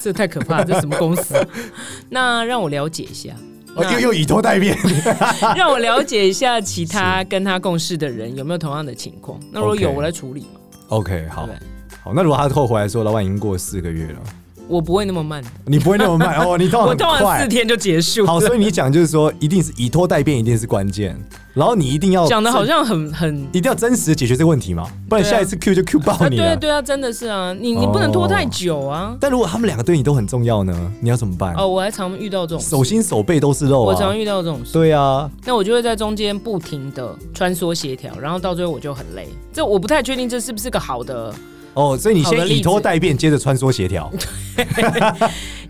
Speaker 3: 这太可怕了，这什么公司？啊
Speaker 2: [LAUGHS]
Speaker 3: 那让我了解一下。
Speaker 2: 哦
Speaker 3: 那
Speaker 2: 又又以拖代
Speaker 3: [LAUGHS]
Speaker 2: 变。 [LAUGHS]
Speaker 3: 让我了解一下其他跟他共事的人有没有同样的情况。那如果有，
Speaker 2: OK
Speaker 3: 我来处理嘛，
Speaker 2: OK，
Speaker 3: 对
Speaker 2: 好
Speaker 3: 不对？
Speaker 2: 好。那如果他后回来说，老板已经过了四个月了，
Speaker 3: 我不会那么慢，
Speaker 2: 你不会那么慢哦，你通常
Speaker 3: [LAUGHS] 我
Speaker 2: 很
Speaker 3: 通常四
Speaker 2: 哦快。
Speaker 3: 天就结束。
Speaker 2: 好，所以你讲就是说，一定是以拖代变，一定是关键。然后你一定要
Speaker 3: [LAUGHS] 讲的好
Speaker 2: 真，
Speaker 3: 像很很
Speaker 2: 一定要真实地解决这个问题嘛，不然
Speaker 3: 对啊
Speaker 2: 下一次 Q 就 Q 爆
Speaker 3: 啊，
Speaker 2: 哦你
Speaker 3: 对
Speaker 2: 了。
Speaker 3: 啊对啊，真的是啊，你你不能拖太久啊。
Speaker 2: 但如果他们两个对你都很重要呢，你要怎么办？
Speaker 3: 哦，我还常遇到这种事
Speaker 2: 手心手背都是肉
Speaker 3: 我
Speaker 2: 啊
Speaker 3: 常。遇到这种事，
Speaker 2: 对啊，
Speaker 3: 那我就会在中间不停的穿梭协调，然后到最后我就很累。这我不太确定这是不是个好的，
Speaker 2: 哦，所以你
Speaker 3: 好的
Speaker 2: 先
Speaker 3: 例子
Speaker 2: 以拖代变，接着穿梭协调。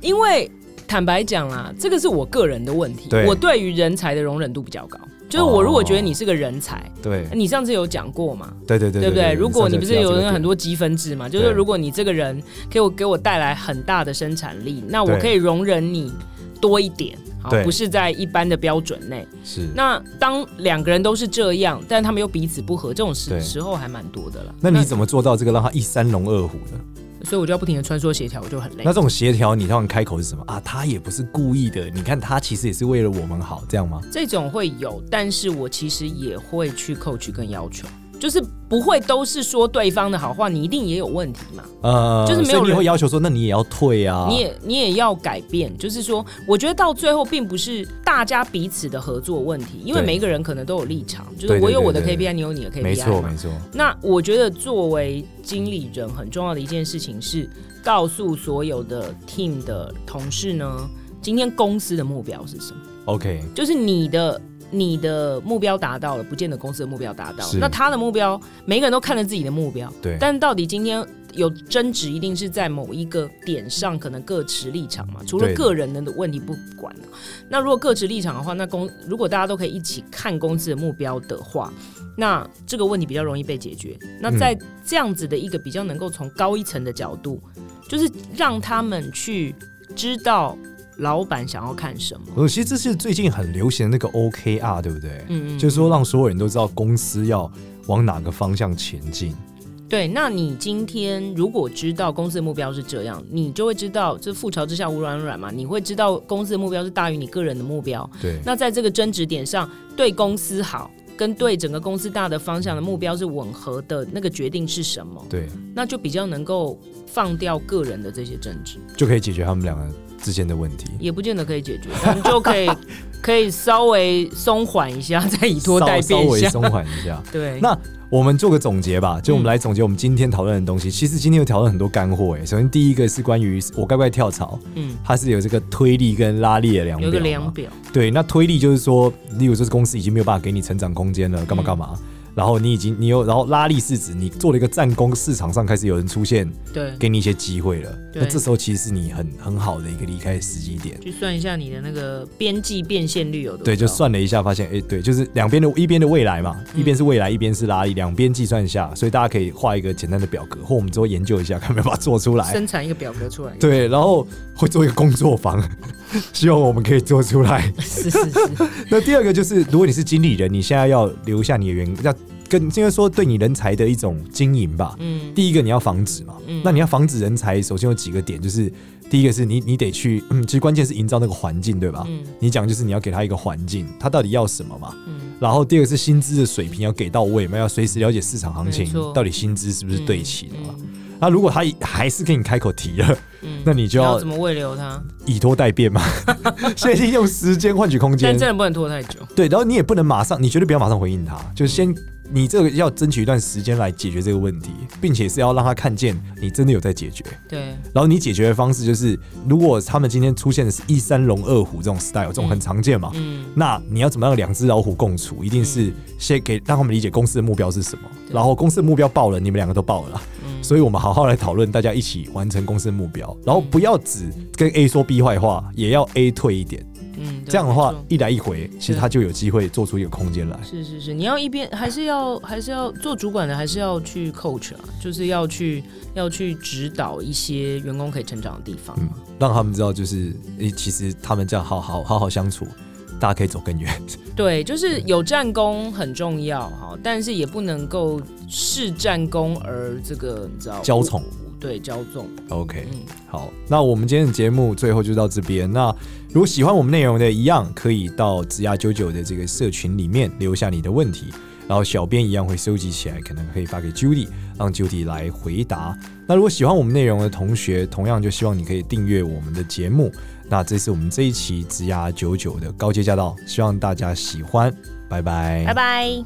Speaker 3: 因为坦白讲啦，这个是我个人的问题。
Speaker 2: 对哦
Speaker 3: 我对于人才的容忍度比较高，就是我如果觉得你是个人才，
Speaker 2: 对
Speaker 3: 你上次有讲过嘛？
Speaker 2: 对对对
Speaker 3: 对不对？如果你不是有那个很
Speaker 2: 多
Speaker 3: 多积分制嘛，就是
Speaker 2: 对
Speaker 3: 如果你这个人给我给我带来很大的生产力，那我
Speaker 2: 对
Speaker 3: 可以容忍你多一点，好
Speaker 2: 对，
Speaker 3: 不是在一般的标准内。
Speaker 2: 是，
Speaker 3: 那当两个人都是这样，但他们又彼此不合，这种时
Speaker 2: 对
Speaker 3: 时候还蛮多的啦。
Speaker 2: 那你怎么做到这个让他一山龙二虎的？
Speaker 3: 所以我就要不停的穿梭协调，我就很
Speaker 2: 那
Speaker 3: 累
Speaker 2: 这。种协调，你通常开口是什么啊？他也不是故意的，你看他其实也是为了我们好，这样吗？
Speaker 3: 这种会有，但是我其实也会去 coach 跟要求，就是不会都是说对方的好话，你一定也有问题嘛。
Speaker 2: 呃，
Speaker 3: 就是没有
Speaker 2: 所以你
Speaker 3: 人
Speaker 2: 会要求说，那你也要退啊？
Speaker 3: 你也你也要改变，就是说，我觉得到最后并不是大家彼此的合作问题，因为
Speaker 2: 对
Speaker 3: 每一个人可能都有立场，就
Speaker 2: 对对
Speaker 3: 是我有我的
Speaker 2: 对
Speaker 3: KPI，
Speaker 2: 对
Speaker 3: 你有你的 KPI，
Speaker 2: 没错
Speaker 3: 嘛
Speaker 2: 没错，
Speaker 3: 那我觉得作为经理人很重要的一件事情是，告诉所有的 team 的同事呢，今天公司的目标是什么？
Speaker 2: OK，
Speaker 3: 就是你的。你的目标达到了，不见得公司的目标达到了
Speaker 2: 是。
Speaker 3: 那他的目标，每个人都看着自己的目标，
Speaker 2: 对
Speaker 3: 但到底今天有争执，一定是在某一个点上，可能各持立场嘛。除了
Speaker 2: 对的
Speaker 3: 个人的问题不管了、那如果各持立场的话，那公如果大家都可以一起看公司的目标的话，那这个问题比较容易被解决。那在这样子的一个比较能够从高一层的角度，就是让他们去知道老板想要看什么。
Speaker 2: 呃，其实这是最近很流行的那个 OKR，对不对？
Speaker 3: 嗯嗯，
Speaker 2: 就是说让所有人都知道公司要往哪个方向前进。
Speaker 3: 对，那你今天如果知道公司的目标是这样，你就会知道这覆巢之下无软软嘛，你会知道公司的目标是大于你个人的目标。
Speaker 2: 对，
Speaker 3: 那在这个争执点上，对公司好跟对整个公司大的方向的目标是吻合的，那个决定是什么，
Speaker 2: 对，
Speaker 3: 那就比较能够放掉个人的这些争执，
Speaker 2: 就可以解决他们两个之间的问题。
Speaker 3: 也不见得可以解决，但就可
Speaker 2: [LAUGHS]
Speaker 3: 以可以稍微松缓一下，再以拖
Speaker 2: 稍
Speaker 3: 待
Speaker 2: 稍
Speaker 3: 变一
Speaker 2: 微
Speaker 3: 下。
Speaker 2: 松缓一
Speaker 3: [LAUGHS]
Speaker 2: 下。
Speaker 3: 对，
Speaker 2: 那我们做个总结吧，就我们
Speaker 3: 嗯
Speaker 2: 来总结我们今天讨论的东西。其实今天有讨论很多干货诶。首先第一个是关于我该不该跳槽，
Speaker 3: 嗯，
Speaker 2: 它是有这个推力跟拉力的量
Speaker 3: 有
Speaker 2: 表嘛。
Speaker 3: 一个量表，
Speaker 2: 对，那推力就是说，例如说是公司已经没有办法给你成长空间了，干嘛干
Speaker 3: 嗯
Speaker 2: 嘛。然后你已经你有，然后拉力是指你做了一个战功，市场上开始有人出现，
Speaker 3: 对，
Speaker 2: 给你一些机会了。
Speaker 3: 对
Speaker 2: 那这时候其实是你很很好的一个离开的时机点。
Speaker 3: 去算一下你的那个边际变现率有多高。
Speaker 2: 对，就算了一下，发现哎、对，就是两边的一边的未来嘛，一边
Speaker 3: 嗯
Speaker 2: 是未来，一边是拉力，两边计算一下，所以大家可以画一个简单的表格，或我们之后研究一下，看有没有把它做出来。
Speaker 3: 生产一个表格出来。
Speaker 2: 对，然后会做一个工作坊， [LAUGHS] 希望我们可以做出来。
Speaker 3: [LAUGHS] 是是是，
Speaker 2: 那第二个就是，如果你是经理人，你现在要留下你的员，要跟应该说对你人才的一种经营吧。
Speaker 3: 嗯，
Speaker 2: 第一个你要防止嘛，
Speaker 3: 嗯
Speaker 2: 那你要防止人才，首先有几个点，就是第一个是你你得去，嗯，其实关键是营造那个环境，对吧？
Speaker 3: 嗯
Speaker 2: 你讲就是你要给他一个环境，他到底要什么嘛？
Speaker 3: 嗯
Speaker 2: 然后第二个是薪资的水平要给到位嘛，要随时了解市场行情
Speaker 3: 没错，
Speaker 2: 到底薪资是不是对齐的嘛？
Speaker 3: 嗯
Speaker 2: 那如果他还是跟你开口提了，
Speaker 3: 嗯
Speaker 2: 那你就
Speaker 3: 你要
Speaker 2: 要
Speaker 3: 怎么喂留它？
Speaker 2: 以拖代
Speaker 3: [LAUGHS]
Speaker 2: 变嘛，先用时间换取空间
Speaker 3: 但，真的不能拖太久。
Speaker 2: 对，然后你也不能马上，你绝对不要马上回应他，就是先。你这个要争取一段时间来解决这个问题，并且是要让他看见你真的有在解决。
Speaker 3: 对，
Speaker 2: 然后你解决的方式就是，如果他们今天出现的是一山龙二虎这种 style，这种很常见嘛，
Speaker 3: 嗯
Speaker 2: 那你要怎么让两只老虎共处？一定是先给让他们理解公司的目标是什么，然后公司的目标报了，你们两个都报了啦，
Speaker 3: 嗯
Speaker 2: 所以我们好好来讨论，大家一起完成公司的目标，然后不要只跟 A 说 B 坏话，也要 A 退一点，
Speaker 3: 嗯，对
Speaker 2: 这样的话
Speaker 3: 没错
Speaker 2: 一来一回，其实他就有机会做出一个空间来。
Speaker 3: 是是是，你要一边还是要还是要做主管的，还是要去 coach 啊，就是要去要去指导一些员工可以成长的地方。
Speaker 2: 嗯，让他们知道就是，诶、其实他们这样好好好好相处，大家可以走更远。
Speaker 3: [LAUGHS] 对，就是有战功很重要哈，但是也不能够视战功而这个你知道
Speaker 2: 骄宠，
Speaker 3: 对骄纵，
Speaker 2: OK，
Speaker 3: 嗯，
Speaker 2: 好，那我们今天的节目最后就到这边。那如果喜欢我们内容的，一样可以到子牙九九的这个社群里面留下你的问题，然后小编一样会收集起来，可能可以发给 Judy，让 Judy 来回答。那如果喜欢我们内容的同学，同样就希望你可以订阅我们的节目。那这是我们这一期子牙九九的高阶驾到，希望大家喜欢，拜拜，
Speaker 3: 拜拜。